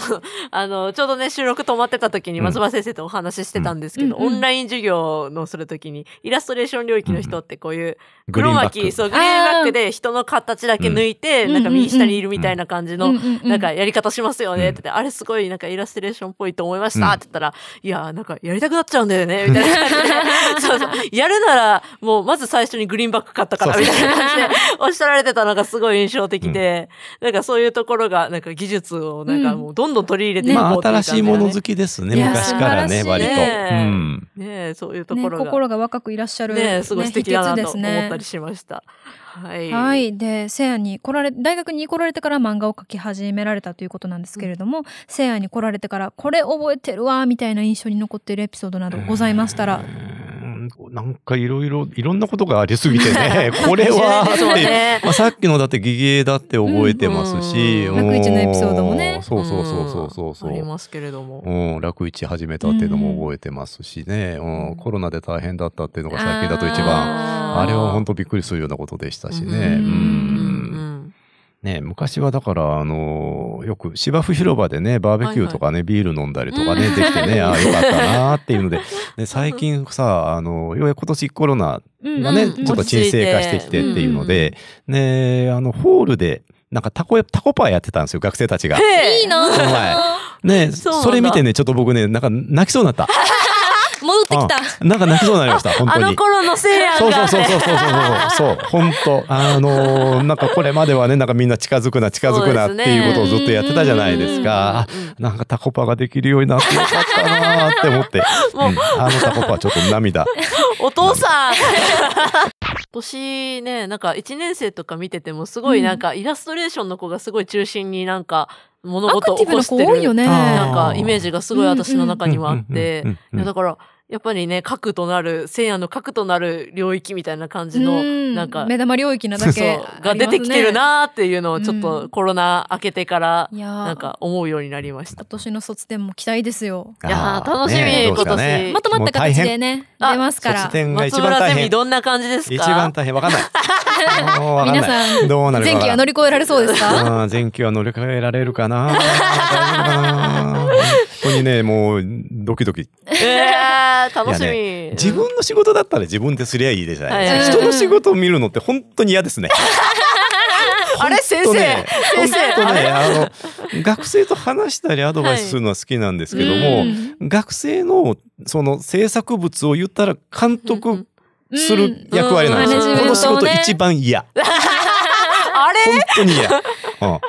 Speaker 2: あのち ょうどね収録止まってた時に
Speaker 4: うん
Speaker 2: 松葉先生とお話ししてたんですけど、
Speaker 3: うんうん
Speaker 2: オンライン授業のする時にイラストレーション領域の人ってこういう
Speaker 4: グリー
Speaker 2: 黒
Speaker 4: ンバ
Speaker 2: 巻
Speaker 4: ック
Speaker 2: きそうグリーンバックで人の形だけ抜いて、
Speaker 3: うん
Speaker 2: なんか右下にいるみたいな感じの、
Speaker 3: うんうんうん
Speaker 2: なんかやり方しますよねって言って、あれすごいなんかイラストレーションっぽいと思いましたって言ったら、いやーなんかやりたくなっちゃうんだよねみたいな感 じでそうそうやるならもうまず最初にグリーンバック買ったから
Speaker 4: そう
Speaker 2: み
Speaker 4: そう
Speaker 2: たいな感じでおっしゃられてたのがすごい印象的で、なんかそういうところがなんか技術をなんかもうどんどん取り入れていこう
Speaker 4: まあ
Speaker 2: っていう感じ
Speaker 4: 新
Speaker 2: が
Speaker 4: しい
Speaker 2: ね
Speaker 4: もの好きですね
Speaker 2: いや
Speaker 4: 昔からね
Speaker 3: 素晴ら
Speaker 4: 割
Speaker 3: しい
Speaker 4: と。
Speaker 2: ね
Speaker 4: うん
Speaker 2: ねえそういう とこ
Speaker 3: ね、
Speaker 2: ろが。
Speaker 3: 心が若くいらっしゃる、
Speaker 2: ねえすごい素敵だな
Speaker 3: 秘
Speaker 2: と思
Speaker 3: 訣です
Speaker 2: った
Speaker 3: ね
Speaker 2: りしました。はい。
Speaker 3: はい。で、セアに来られ、大学に来られてから漫画を描き始められたということなんですけれども、セアに来られてから、これ覚えてるわ、みたいな印象に残っているエピソードなどございましたら
Speaker 4: う、んなんかいろいろいろんなことがありすぎてねこれは
Speaker 2: 面白いですよ
Speaker 4: っていう
Speaker 2: ね。
Speaker 4: まあ、さっきのだってギゲーだって覚えてますし、
Speaker 2: うん
Speaker 3: うん楽市のエピソードもね
Speaker 4: おーそうそうそうそうそうそう
Speaker 2: ありますけれども。
Speaker 4: うん、楽市始めたっていうのも覚えてますしね、うんコロナで大変だったっていうのが最近だと一番
Speaker 3: あ
Speaker 4: あれは本
Speaker 2: 当
Speaker 4: 当びっくりするようなことでしたしね。
Speaker 2: うん
Speaker 4: うんね、昔はだから、あのーよく芝生広場でね、バーベキューとかね、ビール飲んだりとかね、
Speaker 3: うん
Speaker 4: できてね、ああ、よかったなーっていうので、で最近さ、あのーようやく今年コロナ
Speaker 3: うん
Speaker 4: が
Speaker 3: うん
Speaker 4: ね、
Speaker 3: うん
Speaker 4: ちょっと沈静化してきてっていうので、ね、あの、ホールで、なんかタコ、タコパーやってたんですよ、学生たちが。
Speaker 2: へえ
Speaker 3: いいな
Speaker 4: この前ね、
Speaker 2: そうなんだ
Speaker 4: それ見てね、ちょっと僕ね、なんか泣きそうになった。
Speaker 3: 戻ってきた。
Speaker 4: うんなんか泣きそうに なりました、本
Speaker 2: あ
Speaker 4: 当
Speaker 2: の
Speaker 4: に。
Speaker 2: 頃のせいやん
Speaker 4: そうそ
Speaker 2: が
Speaker 4: うそう
Speaker 2: ね。
Speaker 4: そうそうそうそう本当あのーなんかこれまではねなんかみんな近づくな近づくな
Speaker 2: そ
Speaker 4: っ
Speaker 2: う
Speaker 4: て
Speaker 2: ですね
Speaker 4: いうことをずっとやってたじゃないですか
Speaker 2: うんうんうん
Speaker 4: あなんかタコパができるようになってよかったなーって思って、
Speaker 2: もう
Speaker 4: うんあのタコパちょっと涙
Speaker 2: お父さん年ね、なんか1年生とか見ててもすごいなんかイラストレーションの子がすごい中心になんか物
Speaker 3: アク
Speaker 2: 事を
Speaker 3: テ
Speaker 2: 起
Speaker 3: ィブ
Speaker 2: こ
Speaker 3: な
Speaker 2: して
Speaker 3: 子
Speaker 2: る
Speaker 3: 多いよね。
Speaker 4: あ
Speaker 2: なんかイメージがすごい私の中にはあって
Speaker 4: うんうんうんうんうん、うん
Speaker 2: いやだからやっぱりね、核となる、西安の核となる領域みたいな感じの、
Speaker 3: うん
Speaker 2: なんか、
Speaker 3: 目玉領域なだ
Speaker 2: そう
Speaker 3: け、
Speaker 2: が出てきてる。なーっていうのをちょっ
Speaker 3: う
Speaker 2: と
Speaker 3: ん
Speaker 2: コロナ明けてから、
Speaker 3: いやー
Speaker 2: なんか思うようになりました
Speaker 3: 今。年の卒点も期待ですよ。
Speaker 2: いやー
Speaker 4: あー
Speaker 2: 楽しみ
Speaker 4: ねどうですか
Speaker 2: 今
Speaker 4: ね
Speaker 2: 年
Speaker 3: まとまった形でね、
Speaker 2: もう大変
Speaker 3: 出ますから
Speaker 4: 卒。点が一
Speaker 2: 松
Speaker 4: 番
Speaker 2: 村
Speaker 4: 大
Speaker 2: ゼミ
Speaker 4: 変
Speaker 2: どんな感じですか
Speaker 4: 一番大変わかんない もうわかん
Speaker 3: 皆
Speaker 4: ない
Speaker 3: さん、
Speaker 4: どうなるか
Speaker 3: 前期は乗り越えられそうですか
Speaker 4: あー前期は乗り越えられるか な大丈夫かな本当にねもうドキドキ
Speaker 2: えー、楽しみ、
Speaker 4: い自分の仕事だったら自分ですりゃいいじゃないですか、
Speaker 2: はい
Speaker 4: 人の仕事を見るのって本当に嫌ですね。
Speaker 2: あれ先生、
Speaker 4: 本当ね
Speaker 2: 先生
Speaker 4: 本当
Speaker 2: あれ
Speaker 4: ねあの学生と話したりアドバイスするのは好きなんですけども、
Speaker 3: はい
Speaker 4: 学生のその制作物を言ったら監督する役割なんですよ、
Speaker 2: うんうん
Speaker 4: この仕
Speaker 3: マネジメン
Speaker 4: 事
Speaker 3: トをね
Speaker 4: 一番嫌
Speaker 2: あれ
Speaker 4: 本当に嫌、うん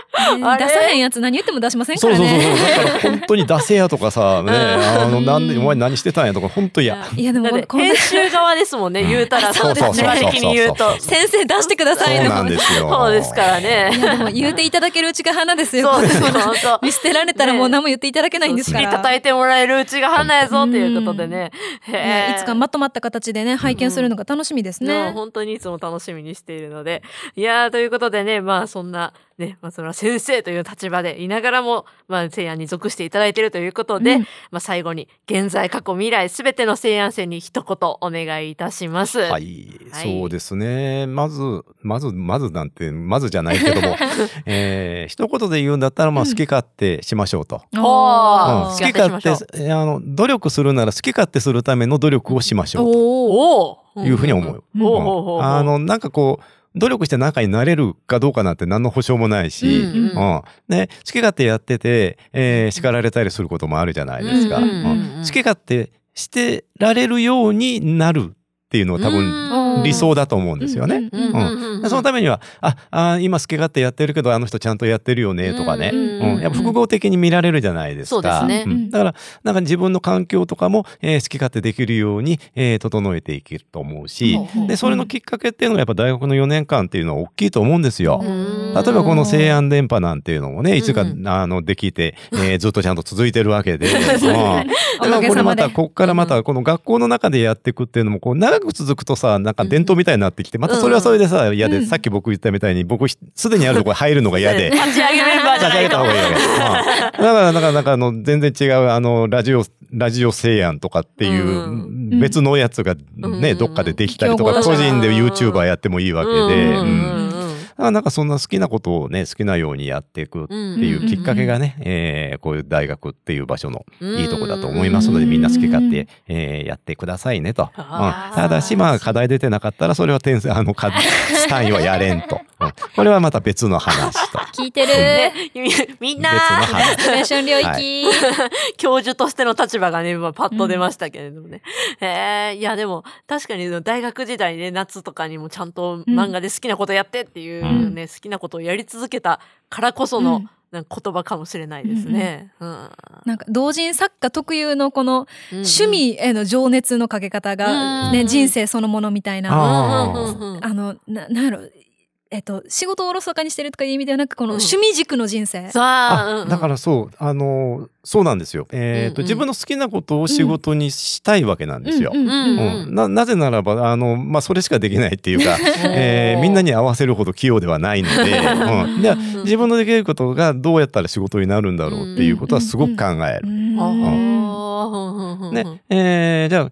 Speaker 2: あれ
Speaker 3: 出さへんやつ何言っても出しませんか
Speaker 4: そう
Speaker 3: ら
Speaker 4: そうそうそう
Speaker 3: ね。
Speaker 4: だから本当に出せやとかさ、 ね、あのなんで
Speaker 3: うん
Speaker 4: お前何してたんやとか本当嫌。
Speaker 3: いやでも
Speaker 2: だって
Speaker 3: こんな
Speaker 2: 編集側ですもんね言うたら
Speaker 4: そうそうそうそう
Speaker 2: 世界的に言うと
Speaker 3: 先生出してくだ
Speaker 4: そ
Speaker 3: さ
Speaker 4: う
Speaker 3: い
Speaker 4: な
Speaker 3: の
Speaker 4: んですよ。
Speaker 2: そうですから
Speaker 3: い
Speaker 2: ね
Speaker 3: やでも言うていただけるうちが花ですよ。
Speaker 2: そうそう
Speaker 3: こんなも
Speaker 2: そ
Speaker 3: の
Speaker 2: うそう
Speaker 3: 見捨てられたらもう何も言っていただけないんですか
Speaker 2: 尻
Speaker 3: ら。
Speaker 2: 叩いてもらえるうちが花やぞということでね、
Speaker 3: い
Speaker 2: へ
Speaker 3: や
Speaker 2: ー
Speaker 3: いつかまとまった形でね拝見するのが楽しみです
Speaker 2: ね、
Speaker 3: ね。
Speaker 2: 本当にいつも楽しみにしているので。いやー、ということでね、まあそんな、ね、松村先生という立場でいながらも、まあ西安に属していただいているということで、
Speaker 3: うん
Speaker 2: まあ最後に、現在、過去、未来、すべての西安生に一言お願いいたします。
Speaker 4: は
Speaker 2: はい。
Speaker 4: い、
Speaker 2: はい
Speaker 4: そうですね。まず、まず、まずなんて、まずじゃないけ ども、えー一言で言うんだったら、まあ、
Speaker 3: うん
Speaker 4: 好き勝手しましょうと。
Speaker 3: お
Speaker 4: うん
Speaker 2: あ
Speaker 4: 好
Speaker 2: ー
Speaker 4: き
Speaker 2: 好
Speaker 4: 勝
Speaker 2: き
Speaker 4: 手
Speaker 2: 勝手しまし、
Speaker 4: えーあの、努力するなら好き勝手するための努力をしましょう
Speaker 3: おお。
Speaker 2: お
Speaker 4: と
Speaker 2: お
Speaker 4: いうふうに思う。
Speaker 3: うん
Speaker 2: お
Speaker 4: う
Speaker 2: うおうおうん
Speaker 4: あの、なんかこう、努力して仲になれるかどうかなんて何の保証もないし、
Speaker 2: うんうん
Speaker 4: うん。ね、好き勝手やってて、えー叱られたりすることもあるじゃないですか。
Speaker 2: う
Speaker 4: うんん
Speaker 2: うんうん
Speaker 4: 好き勝手してられるようになるっていうのは多分
Speaker 3: うん
Speaker 4: 理想だと思うんですよね。
Speaker 3: うんうん
Speaker 4: うんそのためには、あ、あー今好き勝手やってるけど、あの人ちゃんとやってるよね、とかね。
Speaker 3: ん
Speaker 4: うん、やっぱ複合的に見られるじゃないですか。
Speaker 2: そうですね
Speaker 4: んだから、なんか自分の環境とかも、えー好き勝手できるように、えー整えていけると思うし、
Speaker 2: うん
Speaker 4: で、それのきっかけっていうのがやっぱ大学の4年間っていうのは大きいと思うんですよ。
Speaker 2: うん
Speaker 4: 例えばこの西安電波なんていうのもね、いつか、
Speaker 2: うん
Speaker 4: あの、できて、えーずっとちゃんと続いてるわけで、
Speaker 2: そうですね
Speaker 4: うん
Speaker 3: おかげ
Speaker 4: これ
Speaker 3: さま
Speaker 4: ま
Speaker 3: で
Speaker 4: た、ここからまた、この学校の中でやっていくっていうのも、こう、長く続くとさ、なんか伝統みたいになってきて、またそれはそれでさ、嫌
Speaker 3: う
Speaker 4: で、
Speaker 3: ん
Speaker 4: さっき僕言ったみたいに、僕、すでにあるところ入るのが 嫌で。
Speaker 2: 立ち上げメンバーじ
Speaker 4: 立
Speaker 2: ゃな
Speaker 4: ち上
Speaker 2: い
Speaker 4: げた方がい いわけ。だから、だから、なんか、あの、全然違う、あの、ラジオ、ラジオ西安とかっていうう、別のやつが
Speaker 2: うん
Speaker 4: ね、どっかでできたりと
Speaker 3: 競
Speaker 4: か、
Speaker 3: 合
Speaker 4: 個人で
Speaker 2: だ
Speaker 4: YouTuber やってもいいわけで、
Speaker 2: う
Speaker 4: うんんだからなんか、そんな好きなことをね、好きなようにやっていくっ
Speaker 2: うんうん
Speaker 4: ていうきっかけがね、えーこういう大学っていう場所の
Speaker 2: うん
Speaker 4: いいとこだと思いますので、
Speaker 3: うん
Speaker 4: みんな好き勝手、えーやってくださいねと。うん
Speaker 2: あー
Speaker 4: ただし、まあ、課題出てなかったら、それは点数、あの、か単位はやれんと。うんこれはまた別の話と。
Speaker 3: 聞いて
Speaker 2: ね
Speaker 3: る。
Speaker 2: みみん
Speaker 4: 別
Speaker 2: な
Speaker 4: の話。
Speaker 3: ストレーション領域。
Speaker 4: は
Speaker 2: 教授としての立場がね、今パッと出ましたけれどもね。へえいやでも確かに大学時代ね、夏とかにもちゃんと漫画で好きなことやってっていうね、好きなことをやり続けたからこその、
Speaker 3: うん
Speaker 2: なんか言葉かもしれないですね。うん
Speaker 3: なんか同人作家特有のこの趣
Speaker 2: うん
Speaker 3: 味への情熱のかけ方が、
Speaker 2: うん
Speaker 3: ね、人生そのものみたいな。
Speaker 2: うんうんうん
Speaker 3: あの、な、なんやろ、えっと、仕事をおろそかにしてるとかいう意味ではなく、この
Speaker 2: うん
Speaker 3: 趣味軸の人生。
Speaker 2: さあ、うんう
Speaker 4: あ
Speaker 2: ん
Speaker 4: だからそう、あの、そうなんですよ。
Speaker 2: う
Speaker 4: えっ
Speaker 2: んう
Speaker 4: と、
Speaker 2: ん
Speaker 4: 自分の好きなことを仕事にしたいわけなんですよ
Speaker 3: う。んうん
Speaker 2: う
Speaker 3: うんん
Speaker 4: うんななぜならば、あの、まあ、それしかできないっていうか、え
Speaker 2: お
Speaker 4: ー
Speaker 2: ー
Speaker 4: みんなに合わせるほど器用ではないので、うん、で自分のできることがどうやったら仕事になるんだろうっていうことはすごく考える。
Speaker 3: うん
Speaker 2: おー
Speaker 4: ね、えーじゃ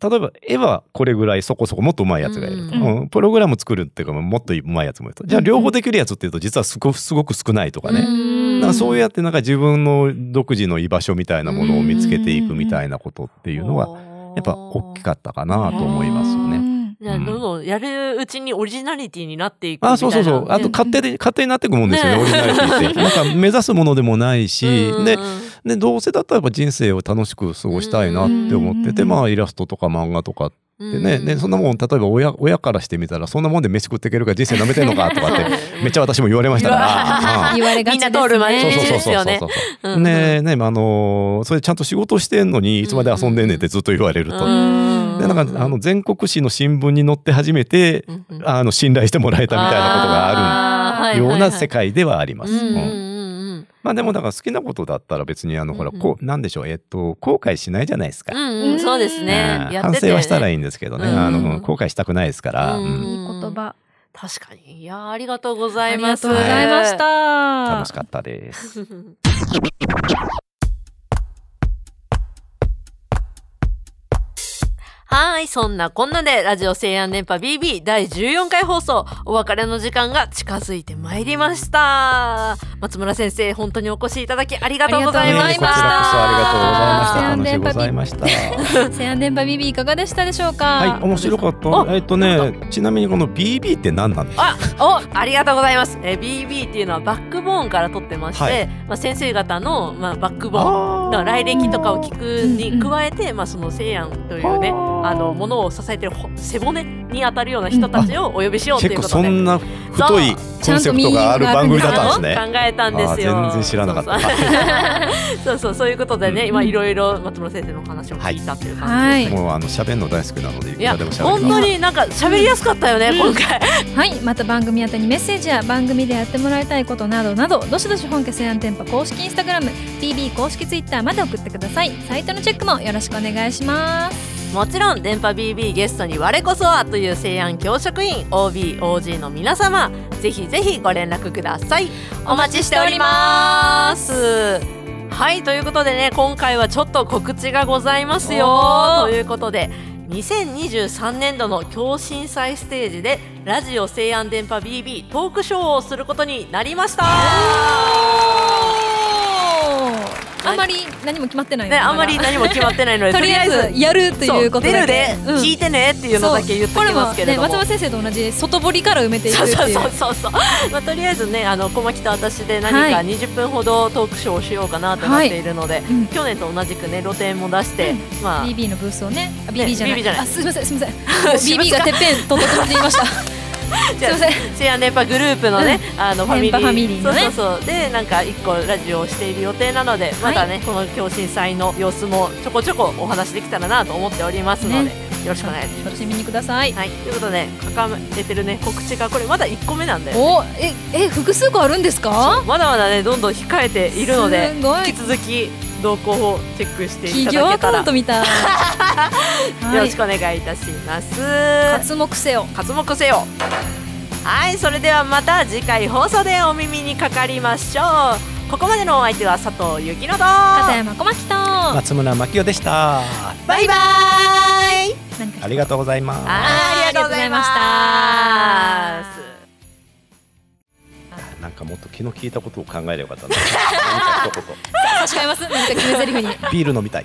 Speaker 4: あ、例えば絵はこれぐらいそこそこもっと上手いやつがいると、
Speaker 2: うん
Speaker 4: うんプログラム作るっていうかもっと上手いやつもいるとじゃあ両方できるやつっていうと実はすごくすごく少ないとかね、
Speaker 3: うん
Speaker 4: なんかそうやってなんか自分の独自の居場所みたいなものを見つけていくみたいなことっていうのは、やっぱ大きかったかなと思いますよ
Speaker 3: う
Speaker 4: ね。
Speaker 3: ん
Speaker 2: じゃあどんどんやるうちにオリジナリティになっていくみたいな。
Speaker 4: あそうそうそう。あと、勝手で、勝手になっていくもんですよね、
Speaker 2: ね
Speaker 4: オリジナリティって。なんか、目指すものでもないし、で、で、どうせだったらやっぱ人生を楽しく過ごしたいなって思ってて、
Speaker 3: うん
Speaker 4: まあ、イラストとか漫画とかって
Speaker 2: で
Speaker 4: ね、で、そんなもん、例えば親、親からしてみたら、そんなもんで飯食っていけるから人生舐めてんのかとかって、めっちゃ私も言われましたから。うん
Speaker 3: 言われが
Speaker 2: み
Speaker 3: ち
Speaker 2: ん
Speaker 3: です
Speaker 2: な
Speaker 3: ね。
Speaker 2: 通る毎
Speaker 4: そう
Speaker 2: 日
Speaker 4: そうそ
Speaker 2: で
Speaker 4: う
Speaker 2: す
Speaker 4: そう
Speaker 2: よ
Speaker 4: そう
Speaker 2: ね
Speaker 4: そう。
Speaker 2: うん
Speaker 4: ねえ、ねえ、まああのーそれちゃんと仕事してんのに、いつまで遊んでんねんってずっと言われると。
Speaker 3: ん
Speaker 4: で、なんか、あの、全国紙の新聞に載って初めて、あの、信頼してもらえたみたいなことがあ
Speaker 2: あー
Speaker 4: るよう
Speaker 2: は
Speaker 4: な
Speaker 2: い
Speaker 4: 世界ではありま
Speaker 2: は
Speaker 4: す。
Speaker 2: いはいうんうん
Speaker 4: うん
Speaker 2: うん
Speaker 4: まあでも、だから好きなことだったら別に、あの、ほら、
Speaker 2: うんうん
Speaker 4: こう、なんでしょう、えっと、後悔しないじゃないですか。
Speaker 2: うんうんうんそうですね
Speaker 4: う。ん
Speaker 2: やっ
Speaker 4: 反
Speaker 2: ててね
Speaker 4: 省はしたらいいんですけどね。
Speaker 2: うん
Speaker 4: あの、後悔したくないですから。
Speaker 2: うん
Speaker 4: うん
Speaker 3: いい言葉。
Speaker 2: 確かに。いやーありがとうござ
Speaker 3: あ
Speaker 2: い
Speaker 3: り
Speaker 2: ま
Speaker 3: が
Speaker 2: す。
Speaker 3: とうございました。
Speaker 4: 楽しかったです。
Speaker 2: はい、そんなこんなで、ラジオ西安電波 BB 第14回放送、お別れの時間が近づいてまいりました。松村先生、本当にお越しいただきありがとうございま
Speaker 3: あ
Speaker 4: え
Speaker 2: し
Speaker 3: り
Speaker 4: え
Speaker 2: た。
Speaker 4: こちらこそありがとうございました。
Speaker 3: あ
Speaker 4: 楽しい
Speaker 3: り
Speaker 4: ござ
Speaker 3: が
Speaker 4: いました。
Speaker 3: セアンデンバビビいかがでしたでしょうか。
Speaker 4: はい、面白かっ
Speaker 2: あ
Speaker 4: た。えっとね、ちなみにこの BB って何なんですか
Speaker 2: あ、お、ありがとうございます。えー BB っていうのはバックボーンから取ってまして、
Speaker 4: はい
Speaker 2: まあ先生方のまあバックボーン。
Speaker 4: あ
Speaker 2: だから
Speaker 4: ー
Speaker 2: 来歴とかを聞くに加えて、まあその西安というね、あのものを支えてるほ背骨に当たるような人たちをお呼びしようとい
Speaker 4: 結
Speaker 2: うこ
Speaker 4: 構
Speaker 2: とで。
Speaker 4: そんな太いコンセプトがある番組だったんですね。
Speaker 2: 考えたんですよ。
Speaker 4: あー全然知らなかっ
Speaker 2: そ
Speaker 4: た
Speaker 2: う そうそうそうそういうことでね、
Speaker 3: うん
Speaker 2: 今いろいろ松村先生のお話を聞いたという感
Speaker 3: は
Speaker 2: じ
Speaker 3: い
Speaker 2: ですね。
Speaker 4: もうあの喋るの大好きなので、い
Speaker 2: いや
Speaker 4: くらでも喋
Speaker 2: 本
Speaker 4: りま
Speaker 2: 当
Speaker 4: す。
Speaker 2: になんか喋りやすかったよね、今回。
Speaker 3: はい、また番組宛てにメッセージや番組でやってもらいたいことなどなどどしどし本家西安店舗公式インスタグラム BB 公式ツイッターまで送ってくださいサイトのチェックもよろしくお願いします
Speaker 2: もちろん電波 BB ゲストに我こそはという西安教職員 OBOG の皆様ぜひぜひご連絡くださいお待ちしておりますはいということでね今回はちょっと告知がございますよということで2023年度の共振祭ステージでラジオ西安電波 BB トークショーをすることになりました
Speaker 3: あんまり何も決まってないよ
Speaker 2: ね、あんまり何も決まってないので
Speaker 3: とりあえずやるということ
Speaker 2: そう出る
Speaker 3: だけ
Speaker 2: で、
Speaker 3: うん
Speaker 2: 聞いてねっていうのだけ言ってきますけれども
Speaker 3: そうこれもね、松本先生と同じ外堀から埋めていく
Speaker 2: そ
Speaker 3: っ
Speaker 2: う
Speaker 3: ていう
Speaker 2: そうそうそうそう、 まあ、とりあえずねあの小牧と私で何か
Speaker 3: はい
Speaker 2: 20分ほどトークショーをしようかなと思っているので、
Speaker 3: うん
Speaker 2: 去年と同じくね露店も出して、まあ
Speaker 3: BB のブースをねあ BB じゃない,、
Speaker 2: BB じゃない
Speaker 3: あすみませんす みません
Speaker 2: します
Speaker 3: BB
Speaker 2: か
Speaker 3: がてっぺんとっとって言いましたす
Speaker 2: じゃ
Speaker 3: み
Speaker 2: あ
Speaker 3: ません
Speaker 2: シェアネパグループのね、あのファミリー
Speaker 3: 電波ファミリーのね
Speaker 2: そうそうそうでなんか一個ラジオをしている予定なのでまたね、この共振祭の様子もちょこちょこお話できたらなと思っておりますので、
Speaker 3: ね
Speaker 2: よろしくお願いします。
Speaker 3: 楽しみにください、
Speaker 2: はい、ということで掲げてるね告知がこれまだ1個目なんで
Speaker 3: おええ複数個あるんですか
Speaker 2: まだまだねどんどん控えているので。
Speaker 3: すごい
Speaker 2: 引き続き動向をチェックしてい
Speaker 3: 企
Speaker 2: た
Speaker 3: 業
Speaker 2: だ
Speaker 3: ア
Speaker 2: け
Speaker 3: カ
Speaker 2: た
Speaker 3: ウ
Speaker 2: ら
Speaker 3: ント みたい、はい、
Speaker 2: よろしくお願いいたします。
Speaker 3: 活目せよ
Speaker 2: 活目せよはいそれではまた次回放送でお耳にかかりましょうここまでのお相手は佐藤幸乃と
Speaker 3: 片山小牧と、
Speaker 4: 松村真紀代でした。
Speaker 2: バイバーイ
Speaker 3: なんか
Speaker 4: ありがとうございます。
Speaker 2: あーありがとうございました
Speaker 4: なんかもっと気の利いたことを考えればよかったな。なんか一言
Speaker 3: 差し替えますなんか決め台詞に
Speaker 4: ビール飲みたい。